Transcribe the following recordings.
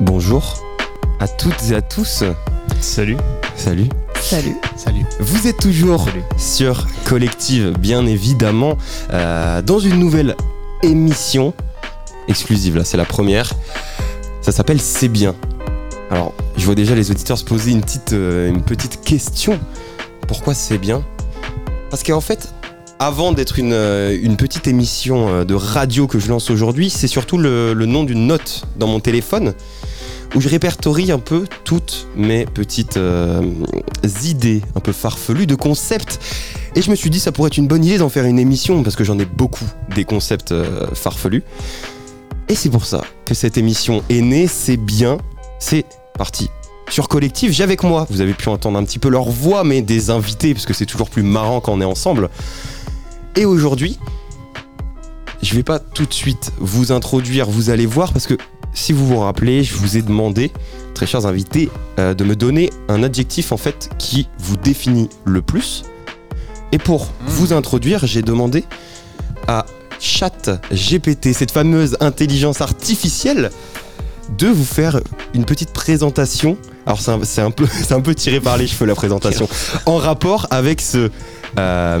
bonjour à toutes et à tous. Salut. Salut. Salut. Salut. Vous êtes toujours Salut. sur Collective, bien évidemment, euh, dans une nouvelle émission exclusive. Là, c'est la première. Ça s'appelle C'est bien. Alors, je vois déjà les auditeurs se poser une petite, euh, une petite question. Pourquoi c'est bien Parce qu'en fait, avant d'être une, euh, une petite émission euh, de radio que je lance aujourd'hui, c'est surtout le, le nom d'une note dans mon téléphone où je répertorie un peu toutes mes petites euh, idées un peu farfelues de concepts. Et je me suis dit, ça pourrait être une bonne idée d'en faire une émission parce que j'en ai beaucoup des concepts euh, farfelus. Et c'est pour ça que cette émission est née, c'est bien, c'est parti. Sur Collectif, j'ai avec moi, vous avez pu entendre un petit peu leur voix, mais des invités, parce que c'est toujours plus marrant quand on est ensemble. Et aujourd'hui, je vais pas tout de suite vous introduire, vous allez voir, parce que si vous vous rappelez, je vous ai demandé, très chers invités, euh, de me donner un adjectif en fait qui vous définit le plus. Et pour vous introduire, j'ai demandé à ChatGPT, cette fameuse intelligence artificielle, de vous faire une petite présentation. Alors c'est un, c'est un peu, c'est un peu tiré par les cheveux la présentation, en rapport avec ce, euh,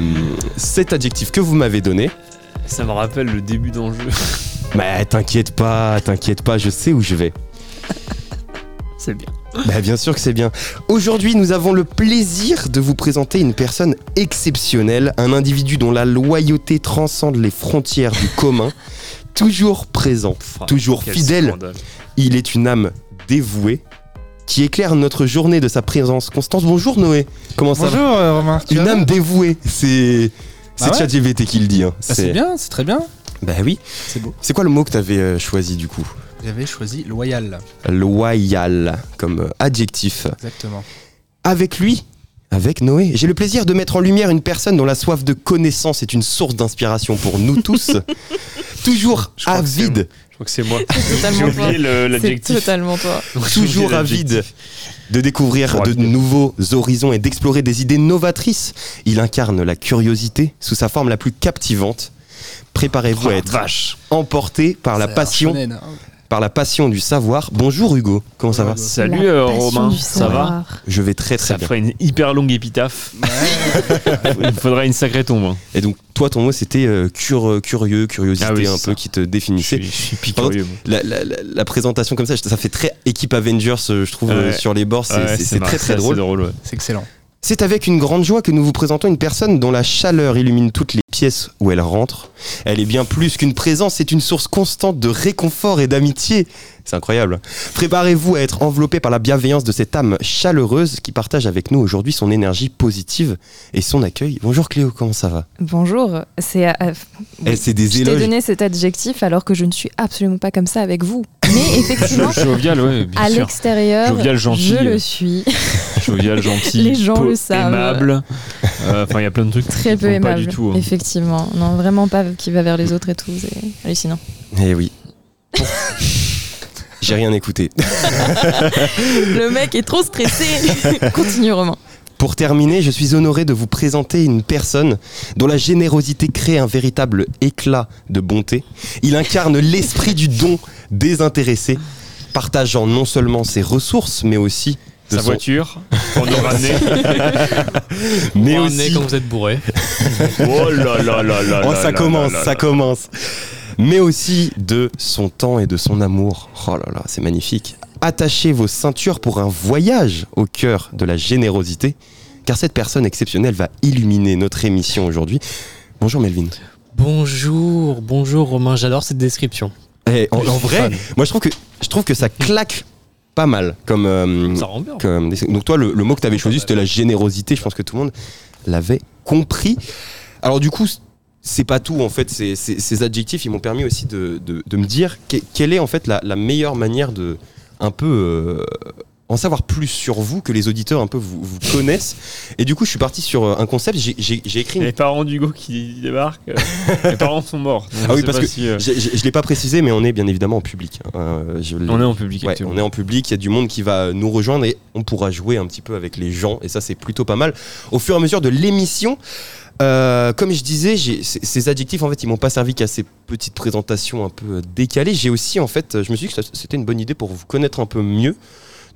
cet adjectif que vous m'avez donné. Ça me rappelle le début d'enjeu. Bah t'inquiète pas, t'inquiète pas, je sais où je vais. C'est bien. Bah, bien sûr que c'est bien. Aujourd'hui, nous avons le plaisir de vous présenter une personne exceptionnelle, un individu dont la loyauté transcende les frontières du commun. Toujours présent, toujours Quel fidèle, scandale. il est une âme dévouée qui éclaire notre journée de sa présence constante. Bonjour Noé, comment ça va Bonjour euh, Romain. Tu Une vas âme bien dévouée, c'est c'est Bah ouais. ChatGPT qui le dit. hein. Bah, C'est bien, c'est très bien. Bah oui. C'est beau. C'est quoi le mot que t'avais euh, choisi du coup J'avais choisi loyal. Loyal comme euh, adjectif. Exactement. avec lui, avec Noé. J'ai le plaisir de mettre en lumière une personne dont la soif de connaissance est une source d'inspiration pour nous tous. toujours Je crois que c'est avide, Je crois que c'est moi. J'ai Totalement toi. oublié le- C'est l'adjectif. totalement toi. J'ai oublié toujours avide l'adjectif. de découvrir Toujours de avide. nouveaux horizons et d'explorer des idées novatrices. Il incarne la curiosité sous sa forme la plus captivante. Préparez-vous à Oh, être vache. emporté par la C'est passion, un shonen, hein. par la passion du savoir. Bonjour Hugo, comment ça va Bonjour, Salut euh, Romain, ça va Je vais très très Ça bien. fera une hyper longue épitaphe. Il faudra une sacrée tombe. hein. Et donc toi, ton mot c'était euh, cur- curieux, curiosité Ah oui, un c'est peu ça. qui te Je définissait. suis, je suis Par picurieux. moi. la, la- la- la présentation comme ça, ça fait très équipe Avengers, euh, je trouve, Ouais. euh, sur les bords. C'est Ouais, c'est- c'est marrant, très c'est très assez drôle. ouais. C'est excellent. C'est avec une grande joie que nous vous présentons une personne dont la chaleur illumine toutes les pièces où elle rentre. Elle est bien plus qu'une présence, c'est une source constante de réconfort et d'amitié. C'est incroyable. Préparez-vous à être enveloppé par la bienveillance de cette âme chaleureuse qui partage avec nous aujourd'hui son énergie positive et son accueil. Bonjour Cléo, comment ça va Bonjour, c'est euh, Eh, C'est des je t'ai éloges. donné cet adjectif alors que je ne suis absolument pas comme ça avec vous. Mais effectivement, Jovial, ouais, bien à sûr. l'extérieur, Jovial, gentil. euh, je le suis. Jovial, gentil. Les gens po- le savent. Aimable. Euh, Enfin, il y a plein de trucs. Très qui peu vont aimable. Pas du tout. hein. Effectivement, non, vraiment pas qui va vers les autres et tout, c'est hallucinant. Eh oui. J'ai rien écouté. Le mec est trop stressé. Continue Romain. Pour terminer, je suis honoré de vous présenter une personne dont la générosité crée un véritable éclat de bonté. Il incarne l'esprit du don désintéressé, partageant non seulement ses ressources, mais aussi de Sa son- voiture, pour nous ramener. mais Vous aussi- ramenez quand vous êtes bourré. Oh là là là là. Oh, là ça là commence, là là ça commence. Mais aussi de son temps et de son amour. Oh là là, c'est magnifique. Attachez vos ceintures pour un voyage au cœur de la générosité, car cette personne exceptionnelle va illuminer notre émission aujourd'hui. Bonjour Melvin. Bonjour, bonjour Romain, j'adore cette description. Eh, en, en Je suis vrai, fan. moi je trouve que je trouve que ça claque pas mal comme. euh, Ça rend bien. comme des- Donc toi, le, le mot que tu avais choisi, c'était la générosité. Je pense que tout le monde l'avait compris. Alors du coup, c'est pas tout en fait. Ces, ces- ces adjectifs, ils m'ont permis aussi de, de- de me dire que- quelle est en fait la, la meilleure manière de un peu euh, en savoir plus sur vous, que les auditeurs un peu vous, vous connaissent. Et du coup, je suis parti sur euh, un concept. J'ai- J'ai j'ai écrit une Les parents d'Hugo qui débarquent. euh, les parents sont morts. Donc Ah je oui, sais parce pas que si, euh, J'ai- j'ai- Je l'ai pas précisé, mais on est bien évidemment en public. hein. Euh, je l'ai- on est en public. Ouais, actuellement. on est en public, il y a du monde qui va nous rejoindre et on pourra jouer un petit peu avec les gens. Et ça, c'est plutôt pas mal. Au fur et à mesure de l'émission, euh, comme je disais, j'ai- ces ces adjectifs, en fait, ils m'ont pas servi qu'à ces petites présentations un peu décalées. J'ai aussi, en fait, je me suis dit que ça- c'était une bonne idée pour vous connaître un peu mieux,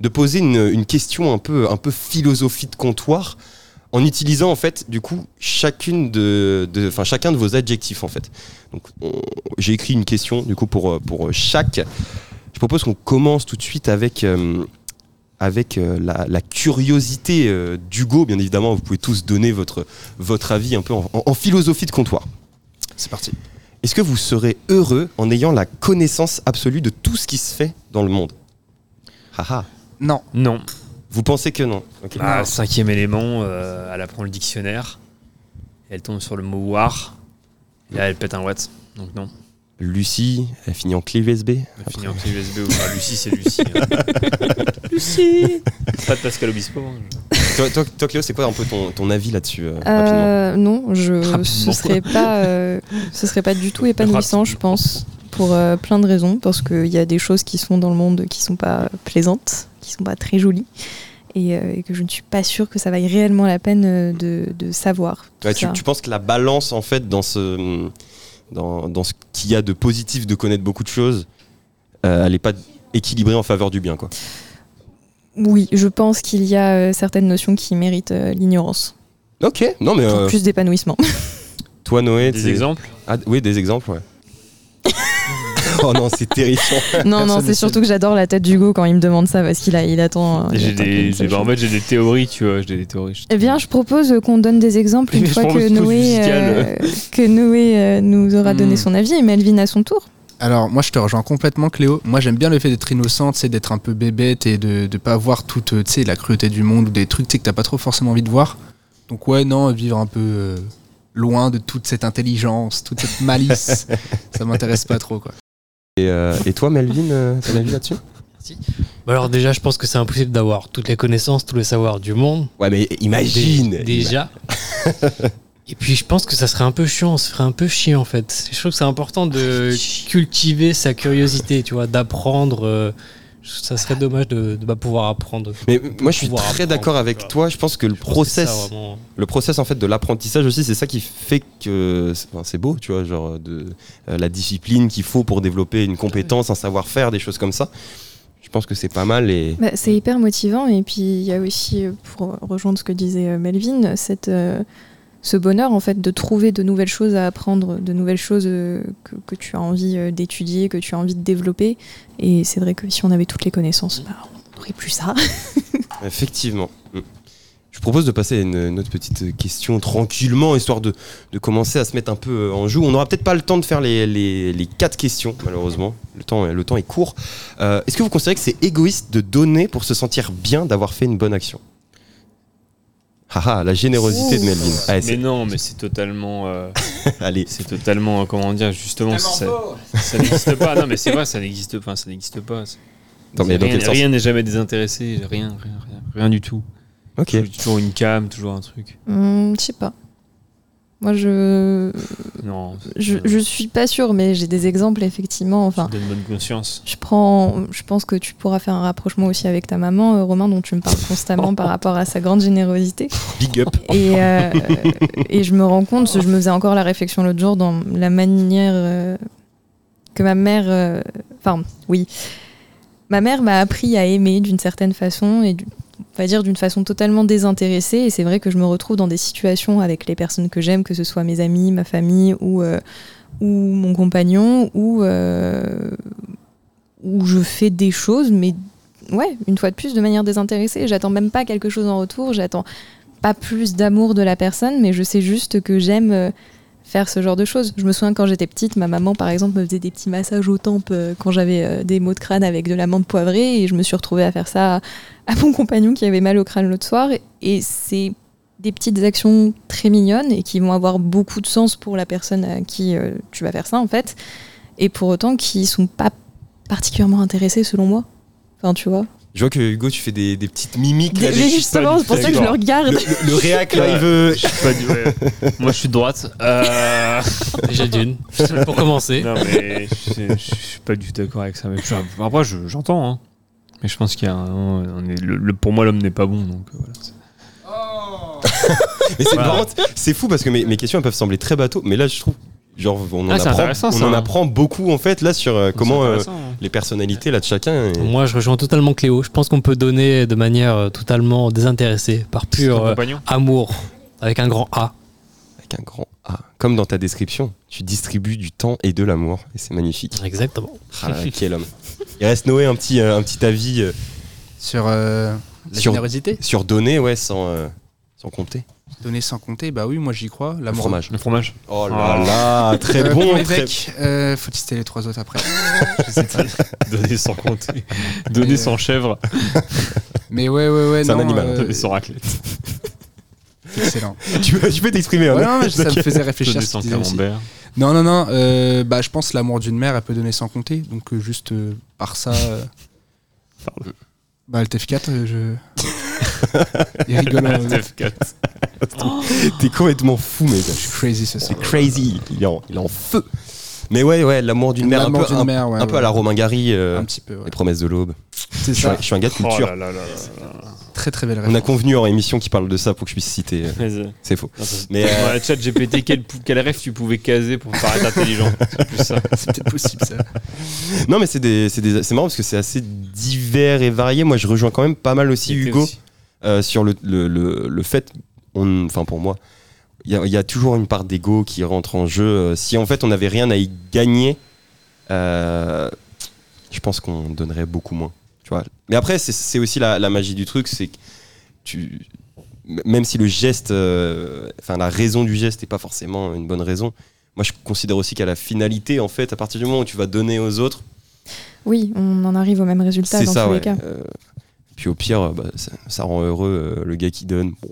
de poser une, une question un peu, un peu philosophie de comptoir. En utilisant en fait du coup chacune de, de- enfin chacun de vos adjectifs en fait. Donc on- j'ai écrit une question du coup pour euh, pour chaque je propose qu'on commence tout de suite avec, euh, avec euh, la, la curiosité euh, d'Hugo. Bien évidemment, vous pouvez tous donner votre, votre avis un peu en, en- en philosophie de comptoir. C'est parti. Est-ce que vous serez heureux en ayant la connaissance absolue de tout ce qui se fait dans le monde Haha. Non. Non. Vous pensez que non Ok. Ah, cinquième élément, euh, elle apprend le dictionnaire. et elle tombe sur le mot war. Et là, elle pète un watt. Donc non. Lucie, elle finit en clé USB. Elle finit en clé USB ou pas. Lucie, c'est Lucie. hein. Si. Pas de Pascal Obispo. hein. toi, toi- toi, Cléo, c'est quoi un peu ton, ton avis là-dessus euh, rapidement Euh, non, je, Rapidement. ce serait pas, euh, ce serait pas du tout épanouissant, je pense, pour euh, plein de raisons, parce qu'il y a des choses qui sont dans le monde qui sont pas plaisantes, qui sont pas très jolies, et, euh, et que je ne suis pas sûre que ça vaille réellement la peine euh, de, de savoir. tout Ouais, tu, ça. tu penses que la balance, en fait, dans ce, dans, dans ce qu'il y a de positif de connaître beaucoup de choses, euh, elle n'est pas équilibrée en faveur du bien, quoi. Oui, je pense qu'il y a euh, certaines notions qui méritent euh, l'ignorance, Ok, non mais pour euh, plus d'épanouissement. toi Noé, Des t'es- exemples Ah, oui des exemples, ouais. oh non, c'est terrifiant. non, non, personne ne c'est surtout que j'adore la tête d'Hugo quand il me demande ça, parce qu'il a, il attend. euh, il J'ai des, attend qu'une j'ai- seule bah, en chose. fait, j'ai des théories, tu vois. J'ai des théories. je- Eh bien, je propose qu'on donne des exemples une Je fois pense que plutôt du Noé, euh, musical. Mm. que Noé euh, nous aura donné Hmm. son avis et Melvin à son tour. Alors, moi, je te rejoins complètement, Cléo. Moi, j'aime bien le fait d'être innocente, c'est d'être un peu bébête et de ne pas voir toute euh, tu sais, la cruauté du monde ou des trucs tu sais, que t'as pas trop forcément envie de voir. Donc, ouais, non, vivre un peu euh, loin de toute cette intelligence, toute cette malice, ça m'intéresse pas trop, quoi. Et, euh, et toi Melvin, euh, ton avis là-dessus Bah alors déjà, je pense que c'est impossible d'avoir toutes les connaissances, tous les savoirs du monde. Ouais mais Dé- déjà. Et puis je pense que ça serait un peu chiant, on se ferait un peu chier en fait. Je trouve que c'est important Ah, de cultiver sa curiosité, tu vois, d'apprendre. euh, ça Ah. serait dommage de ne pas pouvoir apprendre. Mais moi je suis Pouvoir très apprendre, d'accord avec tu vois. toi, je pense que le Je pense que process, ça, vraiment- le process en fait de l'apprentissage aussi, c'est ça qui fait que c'est enfin, c'est beau, tu vois, genre de euh, la discipline qu'il faut pour développer une compétence, un savoir-faire, des choses comme ça. Je pense que c'est pas mal et Bah, c'est hyper motivant et puis il y a aussi, euh, pour rejoindre ce que disait euh, Melvin, cette, euh, ce bonheur en fait de trouver de nouvelles choses à apprendre, de nouvelles choses euh, que, que tu as envie euh, d'étudier, que tu as envie de développer. Et c'est vrai que si on avait toutes les connaissances, bah, on n'aurait plus ça. Effectivement. Mm. Je propose de passer à une, une autre petite question tranquillement, histoire de, de commencer à se mettre un peu euh, en joue. On n'aura peut-être pas le temps de faire les, les- les quatre questions, malheureusement. Le temps, le temps est court. Euh, Est-ce que vous considérez que c'est égoïste de donner pour se sentir bien d'avoir fait une bonne action Haha, la générosité de Ouh. Melvin. Allez, mais c'est- non, mais c'est totalement. euh, allez. C'est totalement, euh, comment dire, justement, ça, ça n'existe pas. Non, mais c'est vrai, ça n'existe pas, ça n'existe pas. C'est- Non, mais dans rien quel sens rien n'est jamais désintéressé, rien, rien, rien, rien du tout. Ok. Toujours- Toujours une cam, toujours un truc. Hum, je sais pas. Moi, je, Non, je, je suis pas sûre, mais j'ai des exemples effectivement. Enfin, ça donne bonne conscience. Je prends, je pense que tu pourras faire un rapprochement aussi avec ta maman, euh, Romain, dont tu me parles constamment par rapport à sa grande générosité. Big up. Et, euh, et je me rends compte, je me faisais encore la réflexion l'autre jour dans la manière euh, que ma mère, euh, enfin oui, ma mère m'a appris à aimer d'une certaine façon et du- on va dire d'une façon totalement désintéressée. Et c'est vrai que je me retrouve dans des situations avec les personnes que j'aime, que ce soit mes amis, ma famille ou euh, ou mon compagnon, ou euh, où je fais des choses, mais ouais, une fois de plus, de manière désintéressée. J'attends même pas quelque chose en retour, j'attends pas plus d'amour de la personne, mais je sais juste que j'aime euh, faire ce genre de choses. Je me souviens quand j'étais petite, ma maman par exemple me faisait des petits massages aux tempes euh, quand j'avais euh, des maux de crâne avec de l'amande poivrée, et je me suis retrouvée à faire ça à, à mon compagnon qui avait mal au crâne l'autre soir, et c'est des petites actions très mignonnes et qui vont avoir beaucoup de sens pour la personne à qui euh, tu vas faire ça en fait, et pour autant qui sont pas particulièrement intéressés selon moi. Enfin, tu vois. Je vois que Hugo, tu fais des, des petites mimiques. là, Mais des- je suis justement, pas c'est pour ça que je le d'accord. le, regarde. le- le réac, là, il veut. Je suis pas du- ouais. Moi, je suis de droite. Euh, Déjà d'une. Pour commencer. Non, mais je, je suis pas du tout d'accord avec ça. Mais je- après, je- j'entends. hein. Mais je pense qu'il y a un- on est- le- le- pour moi, l'homme n'est pas bon. Donc, euh, voilà. Mais c'est Voilà. marrant, c'est fou parce que mes, mes questions elles peuvent sembler très bateaux, mais là je trouve, genre on en, Ah, c'est apprend, intéressant, on ça, hein. en apprend beaucoup en fait là sur euh, comment C'est euh, intéressant, hein. les personnalités là de chacun. et- Moi, je rejoins totalement Cléo. Je pense qu'on peut donner de manière euh, totalement désintéressée, par C'est ton pur euh, compagnon amour, avec un grand A. Avec un grand A. Comme dans ta description, tu distribues du temps et de l'amour et c'est magnifique. Exactement. Ah là là, quel homme. Il reste Noé un petit, euh, un petit avis euh, Sur euh, la Sur- générosité sur donner, ouais, sans, euh, sans compter. Donner sans compter, bah oui, moi j'y crois. Le L'amour. fromage. Le fromage. Oh là là là, très Euh, bon. pour très- l'évêque, euh, faut tester les trois autres après. Donner sans compter. Donner Mais, sans chèvre. Mais ouais, ouais, ouais. C'est un non, animal, euh, Donner sans raclette. excellent. Tu peux, tu peux t'exprimer. hein, Ouais, non, mais ça me t'inquiète. faisait réfléchir. Donner ce que sans tu disais aussi. camembert. Non, non, non. euh, bah, je pense l'amour d'une mère, elle peut donner sans compter. Donc euh, juste euh, par ça. euh, Pardon. Bah, le TF4, euh, je. Il rigole. hein, Le F4. T'es complètement fou, mec. Je suis crazy ce soir. C'est crazy. Il est, en, il est en feu. Mais ouais, ouais, l'amour d'une mère, un L'amour peu, d'une un, mère, ouais, un peu ouais. à la Romain Gary, euh, Un petit peu, ouais. les promesses de l'aube. Je, C'est suis ça. un- je suis un gars de Oh culture. là là là là là. Très très belle On a réponse. convenu en émission qui parle de ça pour que je puisse citer. euh, Mais, euh, C'est faux. non, ça- Mais, Ouais, euh, Chat GPT, quel, pou- quel rêve tu pouvais caser pour paraître intelligent C'est plus ça. C'est peut-être possible ça. Non, mais c'est des, c'est des- c'est marrant parce que c'est assez divers et varié. Moi, je rejoins quand même pas mal aussi C'était Hugo aussi. euh, sur le, le, le, le fait, on- enfin pour moi, il y a, il y a toujours une part d'ego qui rentre en jeu. Euh, Si en fait on n'avait rien à y gagner, euh, je pense qu'on donnerait beaucoup moins. Tu vois. Mais après, c'est- c'est aussi la, la magie du truc, c'est que tu, m- même si le geste, euh, enfin la raison du geste n'est pas forcément une bonne raison. Moi, je considère aussi qu'à la finalité, en fait, à partir du moment où tu vas donner aux autres, Oui, on en arrive au même résultat c'est dans ça, tous ouais. les cas. Euh, puis au pire, euh, bah, ça, ça rend heureux euh, le gars qui donne. Bon,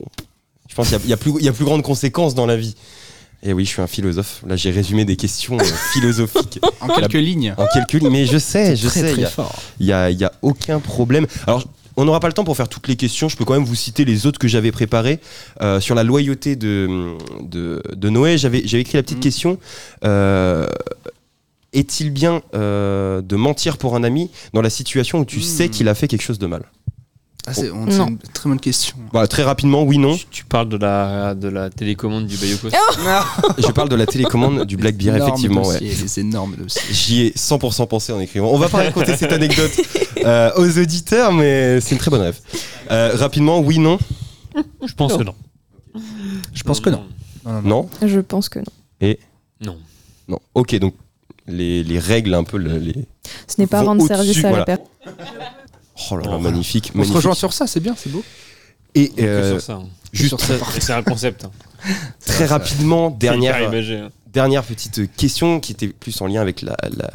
je pense qu'il y a- il y, a plus- il y a plus grande conséquence dans la vie. Et oui, je suis un philosophe. Là, j'ai résumé des questions euh, philosophiques En quelques lignes. en quelques lignes. Mais je sais, je très sais, il très y a- fort. il n'y a, il y a aucun problème. Alors, on n'aura pas le temps pour faire toutes les questions. Je peux quand même vous citer les autres que j'avais préparées. Euh, sur la loyauté de, de, de Noé, j'avais j'avais écrit la petite Mm. question. Euh, Est-il bien euh, de mentir pour un ami dans la situation où tu Mm. sais qu'il a fait quelque chose de mal Ah, c'est on- Oh. Non. c'est une très bonne question. Voilà, Très rapidement, oui, non. Tu, tu parles de la, de la télécommande du Bayoko. Eh Je parle de la télécommande du Black Beer, Énorme effectivement. ouais. dossier, Les énormes dossiers. J'y ai 100% pensé en écrivant. On va pas raconter cette anecdote euh, aux auditeurs, mais c'est une très bonne rêve. Euh, rapidement, oui, non. Je pense que non. Je pense que non. Non, non, non. Non Je pense que non. Non. Non. Ok, donc les, les règles un peu le- les. Ce n'est pas Vont rendre au-dessus, service à voilà. la personne. Oh là là, Oh. magnifique. On se magnifique. rejoint sur ça, c'est bien, c'est beau. Et Que euh, sur ça. hein. juste sur ça. très, Et c'est un concept. hein. très rapidement, C'est hyper dernière, imagé, hein. dernière petite question qui était plus en lien avec la, la- la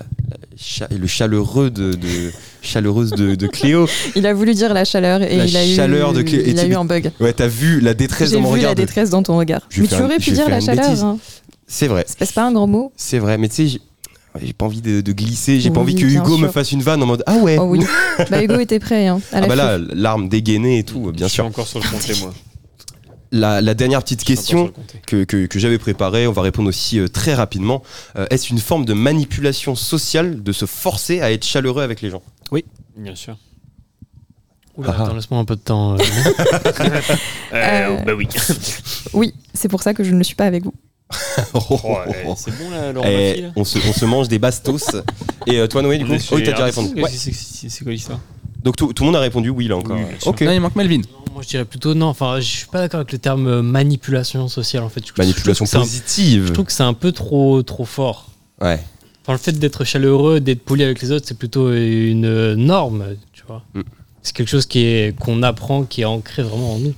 cha- le chaleureux de, de- chaleureuse de, de Cléo. Il a voulu dire la chaleur et La il a chaleur eu, de Clé- il a et tu- eu un bug. Ouais, t'as vu la J'ai détresse vu dans mon regard. la de- détresse dans ton regard. Je vais Mais faire tu un- aurais je pu vais dire faire la une chaleur. bêtise. hein. C'est vrai. C'est pas un grand mot. C'est vrai, mais tu sais, j'ai- ouais, j'ai pas envie de, de glisser, j'ai pas envie Oui, que bien Hugo me sûr. fasse une vanne en mode Ah ouais Oh oui. bah Hugo était prêt. Hein, à Ah la bah fin. là, l'arme dégainée et tout, euh, bien Je suis sûr. encore sur le comté, moi. La, la dernière petite Je suis question encore sur le comté. que, que- que j'avais préparée, on va répondre aussi euh, très rapidement. Euh, Est-ce une forme de manipulation sociale de se forcer à être chaleureux avec les gens Bien sûr. Oula, Ah. attends, laisse-moi un peu de temps. euh, Lina. Euh, Bah oui. Oui, c'est pour ça que je ne suis pas avec vous. Oh, eh, C'est bon, là, Laurent Eh, Baffy, là on, se, on se mange des bastos. et euh, toi, Noé, du On coup est sur Oui, les t'as déjà artistes, répondu. qu'est-ce Ouais. que C'est c'est- c'est quoi l'histoire Donc tout, tout le monde a répondu oui là encore. Oui, bien sûr. ok. Non, il manque Melvin. Non, Moi, je dirais plutôt non. Enfin, je suis pas d'accord avec le terme euh, manipulation sociale, en fait. Je- je Manipulation trouve que c'est un- positive. Je trouve que c'est un peu trop, trop fort. Ouais. Enfin, le fait d'être chaleureux, d'être poli avec les autres, c'est plutôt une euh, norme, tu vois. Mm. C'est quelque chose qui est qu'on apprend, qui est ancré vraiment en nous.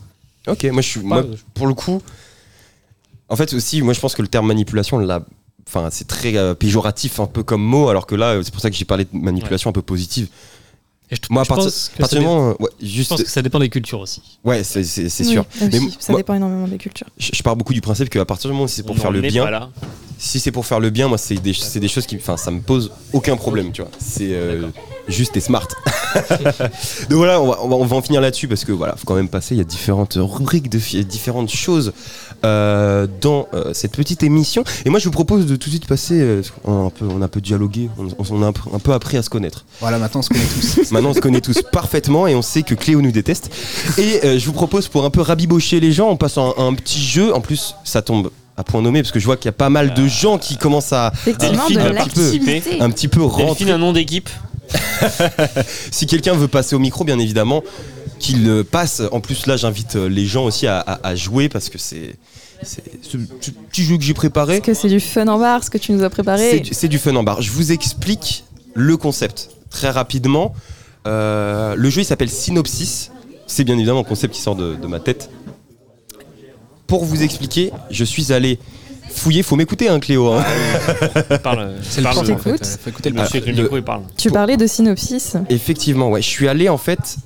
Ok, moi je suis. moi, Pas- pour le coup, en fait aussi, moi je pense que le terme manipulation, là, enfin, c'est très euh, péjoratif un peu comme mot, alors que là, euh, c'est pour ça que j'ai parlé de manipulation un peu positive. et je, Moi, à je partir pense à que ça partir du dé- moment, euh, ouais, je pense que juste, ça dépend des cultures aussi. ouais, c'est c'est- c'est Oui, sûr. aussi, Mais ça moi- Ah, dépend énormément des cultures. Je je pars beaucoup du principe qu'à partir du moment où c'est pour On faire en le est bien, pas là. si c'est pour faire le bien, moi c'est des, c'est des choses qui, enfin, ça me pose aucun problème, tu vois. C'est euh, juste t'es smart. Donc voilà, on va, on va, on va en finir là-dessus parce que voilà, faut quand même passer. Il y a différentes rubriques de fi- différentes choses euh, dans euh, cette petite émission. Et moi, je vous propose de tout de suite passer. euh, parce qu'on a un peu, on a un peu dialogué, on, on a un peu- un peu appris à se connaître. Voilà, maintenant on se connaît tous. Maintenant, on se connaît tous parfaitement et on sait que Cléo nous déteste. Et euh, je vous propose pour un peu rabibocher les gens, on passe à un, un petit jeu. En plus, ça tombe à point nommé parce que je vois qu'il y a pas mal de gens qui commencent à Effectivement, de Delphine, un petit peu. l'activité. un petit peu Delphine, rentrer. un nom d'équipe. Si quelqu'un veut passer au micro, bien évidemment, qu'il euh, passe. En plus, là, j'invite euh, les gens aussi à, à- à jouer parce que c'est c'est ce ce petit jeu que j'ai préparé. Est-ce que c'est du fun en bar, ce que tu nous as C'est préparé du, c'est du fun en barre. Je vous explique le concept très rapidement. Euh, le jeu il s'appelle Synopsis. C'est bien évidemment un concept qui sort de, de ma tête. Pour vous expliquer, je suis allé fouiller. Faut m'écouter, hein, Cléo. hein. Parle. C'est le parle, petit en fait. écoute. Euh, Faut écouter le Le monsieur avec le le- micro, il parle. Tu parlais de synopsis. Effectivement, ouais. Je suis allé en fait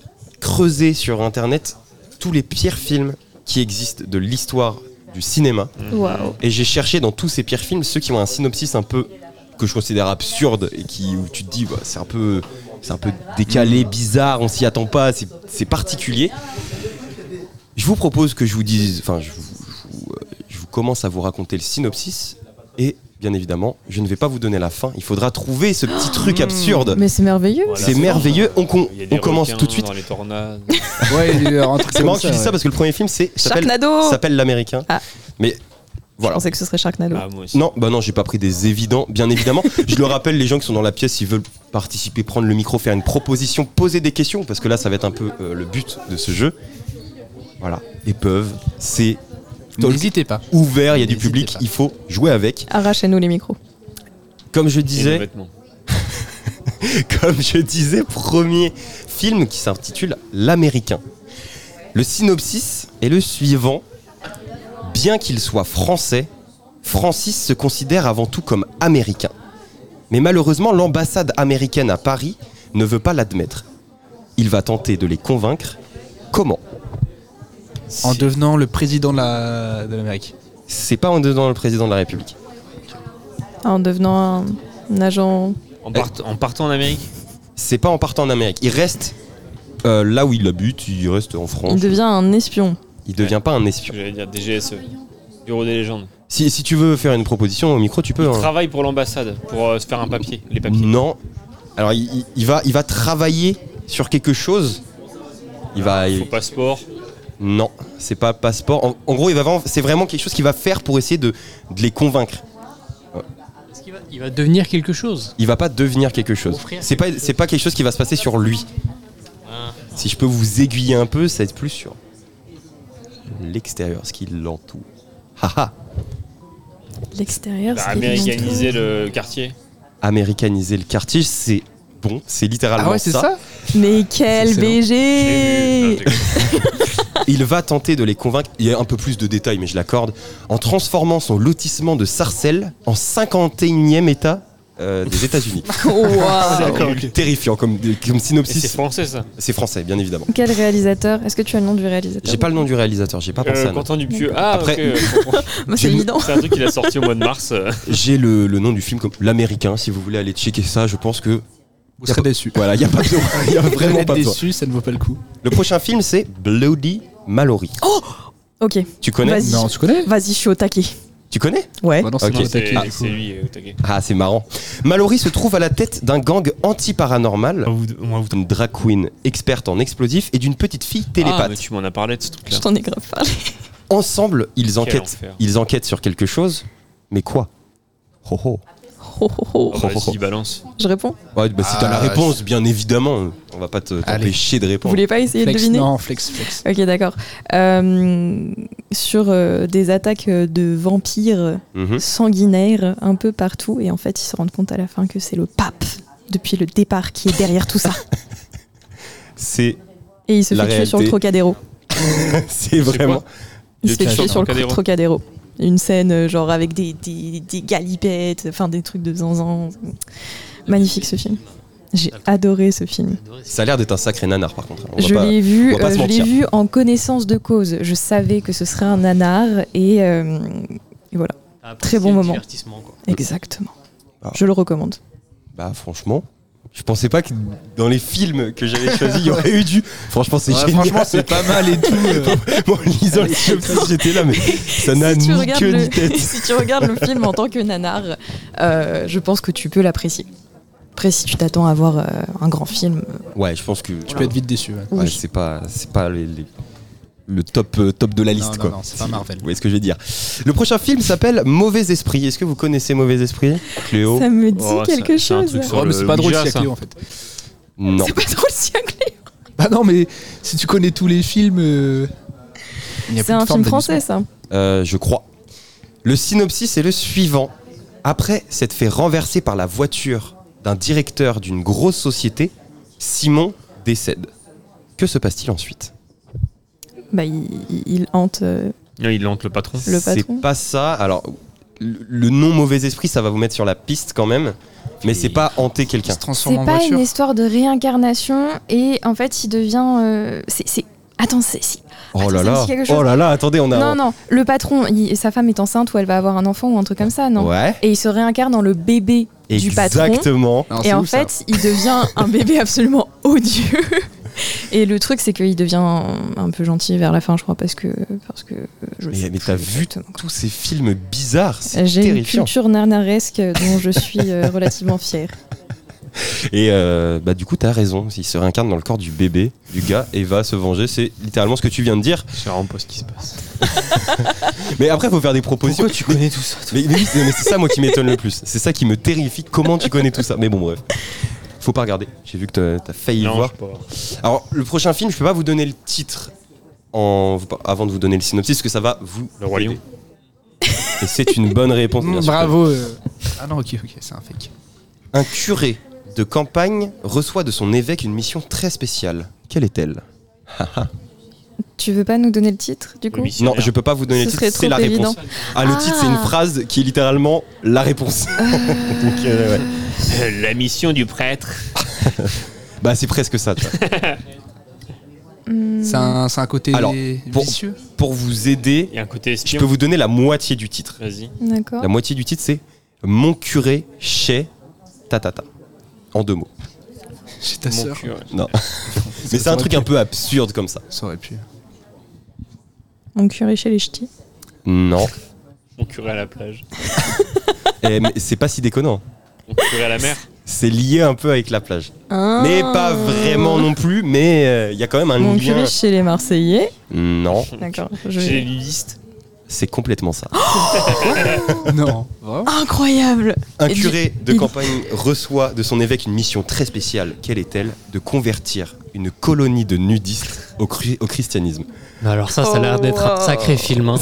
creuser sur internet tous les pires films qui existent de l'histoire du cinéma. Waouh. Et j'ai cherché dans tous ces pires films ceux qui ont un synopsis un peu que je considère absurde et qui où tu te dis bah, c'est un peu c'est un peu décalé, bizarre, on s'y attend pas, c'est- c'est particulier. Je vous propose que je vous dise, enfin je vous, je vous, euh, je vous commence à vous raconter le synopsis et bien évidemment je ne vais pas vous donner la fin. Il faudra trouver ce petit truc absurde. Mais c'est merveilleux. Voilà. C'est merveilleux. On, con- Il y a des on commence requins tout de suite. Dans les tornades. Ouais, il est rentré C'est marrant que tu dis ça parce que le premier film c'est s'appelle Sharknado s'appelle l'américain. Ah. Mais Je voilà. pensais que ce serait Sharknado. Ah, moi aussi. Non, bah non, j'ai pas pris des évidents, bien évidemment. Je le rappelle, les gens qui sont dans la pièce, ils veulent participer, prendre le micro, faire une proposition, poser des questions, parce que là, ça va être un peu euh, le but de ce jeu. Voilà, ils peuvent, c'est N'hésitez pas. ouvert, il y a du N'hésitez public, pas. il faut jouer avec. Arrachez-nous les micros. Comme je Et nos disais, vêtements. comme je disais, premier film qui s'intitule L'Américain. Le synopsis est le suivant. Bien qu'il soit français, Francis se considère avant tout comme américain. Mais malheureusement, l'ambassade américaine à Paris ne veut pas l'admettre. Il va tenter de les convaincre. Comment En devenant le président de la- de Ah, l'Amérique. C'est pas en dedans le président de la République. En devenant un, un agent. En, part- en partant en Amérique. C'est pas en partant en Amérique. Il reste euh, là où il habite, il reste en France. Il devient un espion. Il devient pas un ce espion. que J'allais dire DGSE. E. Bureau des légendes. Si, si tu veux faire une proposition au micro, tu peux. hein. Travaille pour l'ambassade pour euh, se faire un papier, les papiers. Non. Alors il, il- il va, il va travailler sur quelque chose. Il va. Faux il- passeport. non, c'est pas passeport. En, en gros, il va vraiment- c'est vraiment quelque chose qu'il va faire pour essayer de, de les convaincre. Est-ce qu'il va, il va devenir quelque chose Il va pas devenir quelque chose. Offrir C'est pas, c'est pas quelque chose qui va se passer sur lui. Si je peux vous aiguiller un peu, ça va être plus sur l'extérieur, ce qui l'entoure. Haha, L'extérieur, Bah, c'est évident. américaniser le quartier. américaniser le quartier, c'est bon, c'est littéralement Ah Mais C'est quel J'ai vu- BG Non, je- Il va tenter de les convaincre, il y a un peu plus de détails mais je l'accorde, en transformant son lotissement de Sarcelles en 51e état euh, des États-Unis. Waouh. D'accord, C'est Terrifiant comme, comme Et C'est synopsis. français ça. C'est français, bien évidemment. Quel réalisateur Est-ce que tu as le nom du réalisateur J'ai pas le nom du réalisateur, j'ai pas pensé Euh, à ça. Quentin Dupieux. Ah, Après- ok, je comprends. Bah, C'est j'ai- évident. C'est un truc qu'il a sorti au mois de mars. euh. J'ai le, le nom du film comme l'américain, si vous voulez aller checker ça, je pense que. Vous serez déçus. Voilà, il y a pas besoin, y a Vous vraiment êtes pas besoin. déçus, ça ne vaut pas le coup. Le prochain film c'est Bloody Mallory. Ok, tu connais Vas-y. Non, tu connais vas-y, je suis au taquet. Tu connais Ouais. Bah non, c'est Ok. dans le C'est taquet, du coup. c'est lui, euh, au taquet. Ah, c'est marrant. Mallory se trouve à la tête d'un gang anti-paranormal. Une drag queen experte en explosifs et d'une petite fille Ah, télépathe. mais tu m'en as parlé de ce truc-là. Je t'en ai grave parlé. Ensemble, ils enquêtent. enfer. Ils enquêtent sur quelque chose, mais quoi Oh oh. Oh, oh, oh. Oh, Ah Vas-y, balance. Je réponds. Ouais, bah, si t'as la Ah, réponse, bien évidemment, on va pas te- Allez. t'empêcher de Vous répondre. voulez pas essayer de Flex, deviner non, flex, flex. Ok, d'accord. Euh, sur euh, des attaques euh, de vampires Mhm. sanguinaires un peu partout, et en fait, ils se rendent compte à la fin que c'est le pape depuis le départ qui est derrière tout ça. C'est Et il se La fait tuer sur le réalité. Trocadéro. c'est vraiment. Il Il se est fait tué tuer sur sur le le Trocadéro. Une scène euh, genre avec des, des, des galipettes, enfin des trucs de zinzin. Magnifique ce film. J'ai adoré ce film. Ça a l'air d'être un sacré nanar par contre. On va Je pas- l'ai vu, on va pas euh, se je l'ai mentir. vu en connaissance de cause. Je savais que ce serait un nanar et euh, Ah, Très c'est bon le moment. divertissement, quoi. exactement. Ah. Je le recommande. Bah franchement, Je pensais pas que dans les films que j'avais choisis, il y aurait eu du. Franchement, c'est Ouais, génial. franchement, c'est pas mal et tout. euh. Bon, en lisant le synopsis, j'étais là, mais ça n'a si, ni tu queue regardes ni le, tête. si tu regardes le film en tant que nanar, euh, je pense que tu peux l'apprécier. Après, si tu t'attends à voir euh, un grand film, euh, Ouais, je pense que Tu peux être vite déçu. ouais. Ouais, oui. c'est pas, c'est pas les- les- le top, euh, top de la Non, liste, non, quoi. non, c'est pas Marvel. Vous voyez ce que je veux dire Le prochain film s'appelle Mauvais Esprit. Est-ce que vous connaissez Mauvais Esprit, Cléo Ça me dit Oh, quelque c'est- c'est un chose. truc sur- Oh, mais c'est le pas drôle Ouija, s'il y a ça. Cléo en fait. Non. C'est pas trop le siècle. Bah non, mais si tu connais tous les films. euh, il n'y a C'est plus de un forme film d'amusement. français, ça. Euh, je crois. Le synopsis est le suivant. Après s'être fait renverser par la voiture d'un directeur d'une grosse société, Simon décède. Que se passe-t-il ensuite Bah, il, il- il hante. euh, Non, il hante le patron. Le C'est patron pas ça. Alors, le le nom mauvais esprit, ça va vous mettre sur la piste quand même. Mais c'est pas hanter Il quelqu'un. se transforme C'est en pas voiture. une histoire de réincarnation et en fait, il devient. euh, c'est- c'est. Attends, c'est. si. Oh Attends, là ça me là. dit quelque chose. Oh là là. Attendez, on a. Non, non, le patron, il- sa femme est enceinte ou elle va avoir un enfant ou un truc comme ça, non Ouais. Et il se réincarne dans le bébé du patron. Exactement. Alors, Et c'est en ouf, ça. fait, il devient un bébé absolument odieux. Et le truc, c'est qu'il devient un peu gentil vers la fin, je crois, parce que. Parce que euh, je Mais- sais mais plus t'as vu exactement. Tous ces films bizarres, c'est J'ai une terrifiant. culture narnaresque dont je suis euh, relativement fière. Et euh, bah du coup, t'as raison. Il se réincarne dans le corps du bébé, du gars, et va se venger. C'est littéralement ce que tu viens de dire. Je sais vraiment pas ce qui se passe. Mais après, faut faire des propositions. tu connais tout ça Mais, mais oui, mais c'est ça moi qui m'étonne le plus. C'est ça qui me terrifie. Comment tu connais tout ça Mais bon, bref. Faut pas regarder. J'ai vu que t'as- t'as failli non, voir. je sais pas. Alors, le prochain film, je peux pas vous donner le titre en... vous- avant de vous donner le synopsis, parce que ça va vous. Le Roi aider. Lion. Et c'est une bonne réponse. bien Mm, Mmh, sûr. Bravo. euh. Ah non, ok, ok, c'est un fake. Un curé de campagne reçoit de son évêque une mission très spéciale. Quelle est-elle Tu veux pas nous donner le titre, du coup Le missionnaire. Non, je peux pas vous donner Ce le titre, serait c'est trop la réponse. évident. Ah, le Ah. titre, c'est une phrase qui est littéralement la réponse. Donc, euh, ouais. La mission du prêtre. Bah, c'est presque ça. tu vois. Hmm. Mm. C'est un, c'est un côté Alors, pour- vicieux. Pour vous aider, Il y a un côté je espion. peux vous donner la moitié du titre. Vas-y. D'accord. La moitié du titre, c'est Mon curé chez Tatata. En deux mots. Chez ta Mon sœur. cul, ouais. Non. Mais c'est un truc un peu absurde comme ça. Ça aurait pu. Mon curé chez les ch'tis. Non. Mon curé à la plage. Eh, mais c'est pas si déconnant. Mon curé à la mer. C'est lié un peu avec la plage. Ah. Mais pas vraiment non plus, mais euh, il y a quand même un Ah. Mon lien. curé chez les Marseillais. Non, D'accord. je vais- J'ai une liste. c'est complètement ça. non. Vraiment Incroyable. Un Et du- curé de il- campagne reçoit de son évêque une mission très spéciale. Quelle est-elle De convertir une colonie de nudistes au, cru- au christianisme. Mais alors ça, ça a l'air d'être un Oh, sacré wow. film. hein.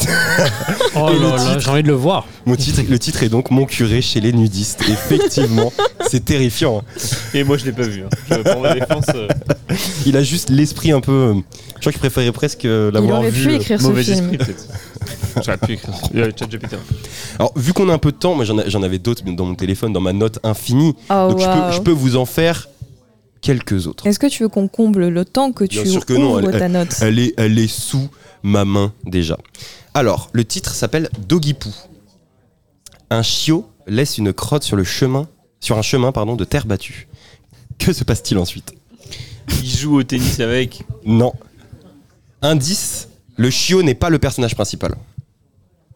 oh Et le là là, titre j'ai envie de le voir. Mon titre- le titre est donc Mon curé chez les nudistes. Effectivement, c'est terrifiant. Et moi, je l'ai pas vu. hein. Je- Pour ma défense, euh, Il a juste l'esprit un peu. euh, Je crois qu'il préférait presque euh, Il l'avoir aurait vu. pu euh, écrire ce mauvais film. esprit, peut-être. J'aurais pu écrire ce film. Chat GPT. euh. Alors, vu qu'on a un peu de temps, moi j'en a- j'en avais d'autres dans mon téléphone, dans ma note infinie. Oh, donc je, peux, wow. je peux vous en faire quelques autres. Est-ce que tu veux qu'on comble le temps que tu Bien sûr ouvres que non, elle- ta note Elle est, elle est sous ma main déjà. Alors, le titre s'appelle Dogipou. Un chiot laisse une crotte sur le chemin, sur un chemin pardon, de terre battue. Que se passe-t-il ensuite Il joue au tennis avec. Non. Indice le chiot n'est pas le personnage principal.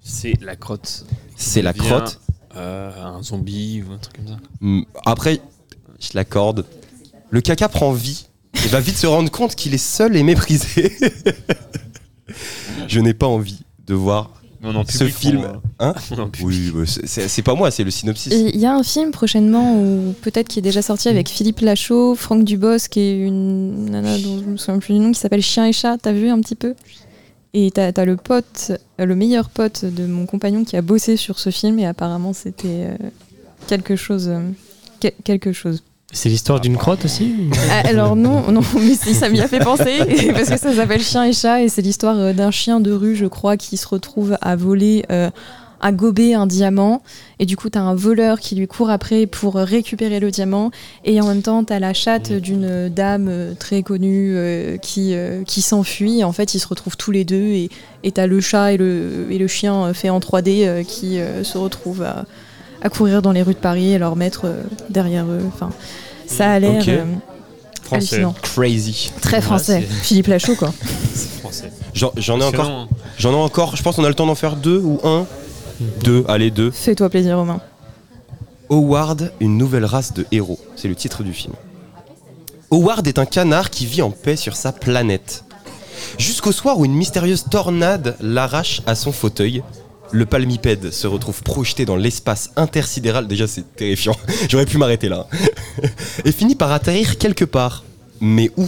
C'est la crotte. C'est la Devient, crotte. euh, un zombie ou un truc comme ça. Hmm, Après, je l'accorde. Le caca prend vie et va vite se rendre compte qu'il est seul et méprisé. je n'ai pas envie de voir Non, en ce public, film. Hein on- on en public. Oui, bah, c'est- c'est c'est pas moi, c'est le synopsis. Et Il y a un film prochainement ou peut-être qui est déjà sorti avec Philippe Lachaud, Franck Dubosc et une nana dont je me souviens plus du nom qui s'appelle Chien et Chat. T'as vu un petit peu Et t'as as le pote, euh, le meilleur pote de mon compagnon qui a bossé sur ce film et apparemment c'était euh, quelque chose. euh, que- quelque chose. C'est l'histoire d'une crotte aussi Ah, alors non, non, mais si, ça m'y a fait penser parce que ça s'appelle Chien et Chat et c'est l'histoire euh, d'un chien de rue, je crois, qui se retrouve à voler, euh, à gober un diamant et du coup t'as un voleur qui lui court après pour euh, récupérer le diamant et en même temps t'as la chatte d'une dame euh, très connue euh, qui euh, qui s'enfuit. En fait, ils se retrouvent tous les deux et et t'as le chat et le et le chien euh, fait en 3D euh, qui euh, se retrouvent à à courir dans les rues de Paris et leur mettre euh, derrière eux. Enfin, Ça a l'air Ok. euh, Français. hallucinant. Crazy. Très Ouais, français. c'est- Philippe Lachaud, quoi. C'est français. J'en j'en ai encore. Excellent, hein. J'en ai encore. Je pense qu'on a le temps d'en faire deux ou un. Deux, allez deux. Fais-toi plaisir, Romain. Howard, une nouvelle race de héros. C'est le titre du film. Howard est un canard qui vit en paix sur sa planète. Jusqu'au soir où une mystérieuse tornade l'arrache à son fauteuil. Le palmipède se retrouve projeté dans l'espace intersidéral. Déjà, c'est terrifiant. J'aurais pu m'arrêter là. Et finit par atterrir quelque part. Mais où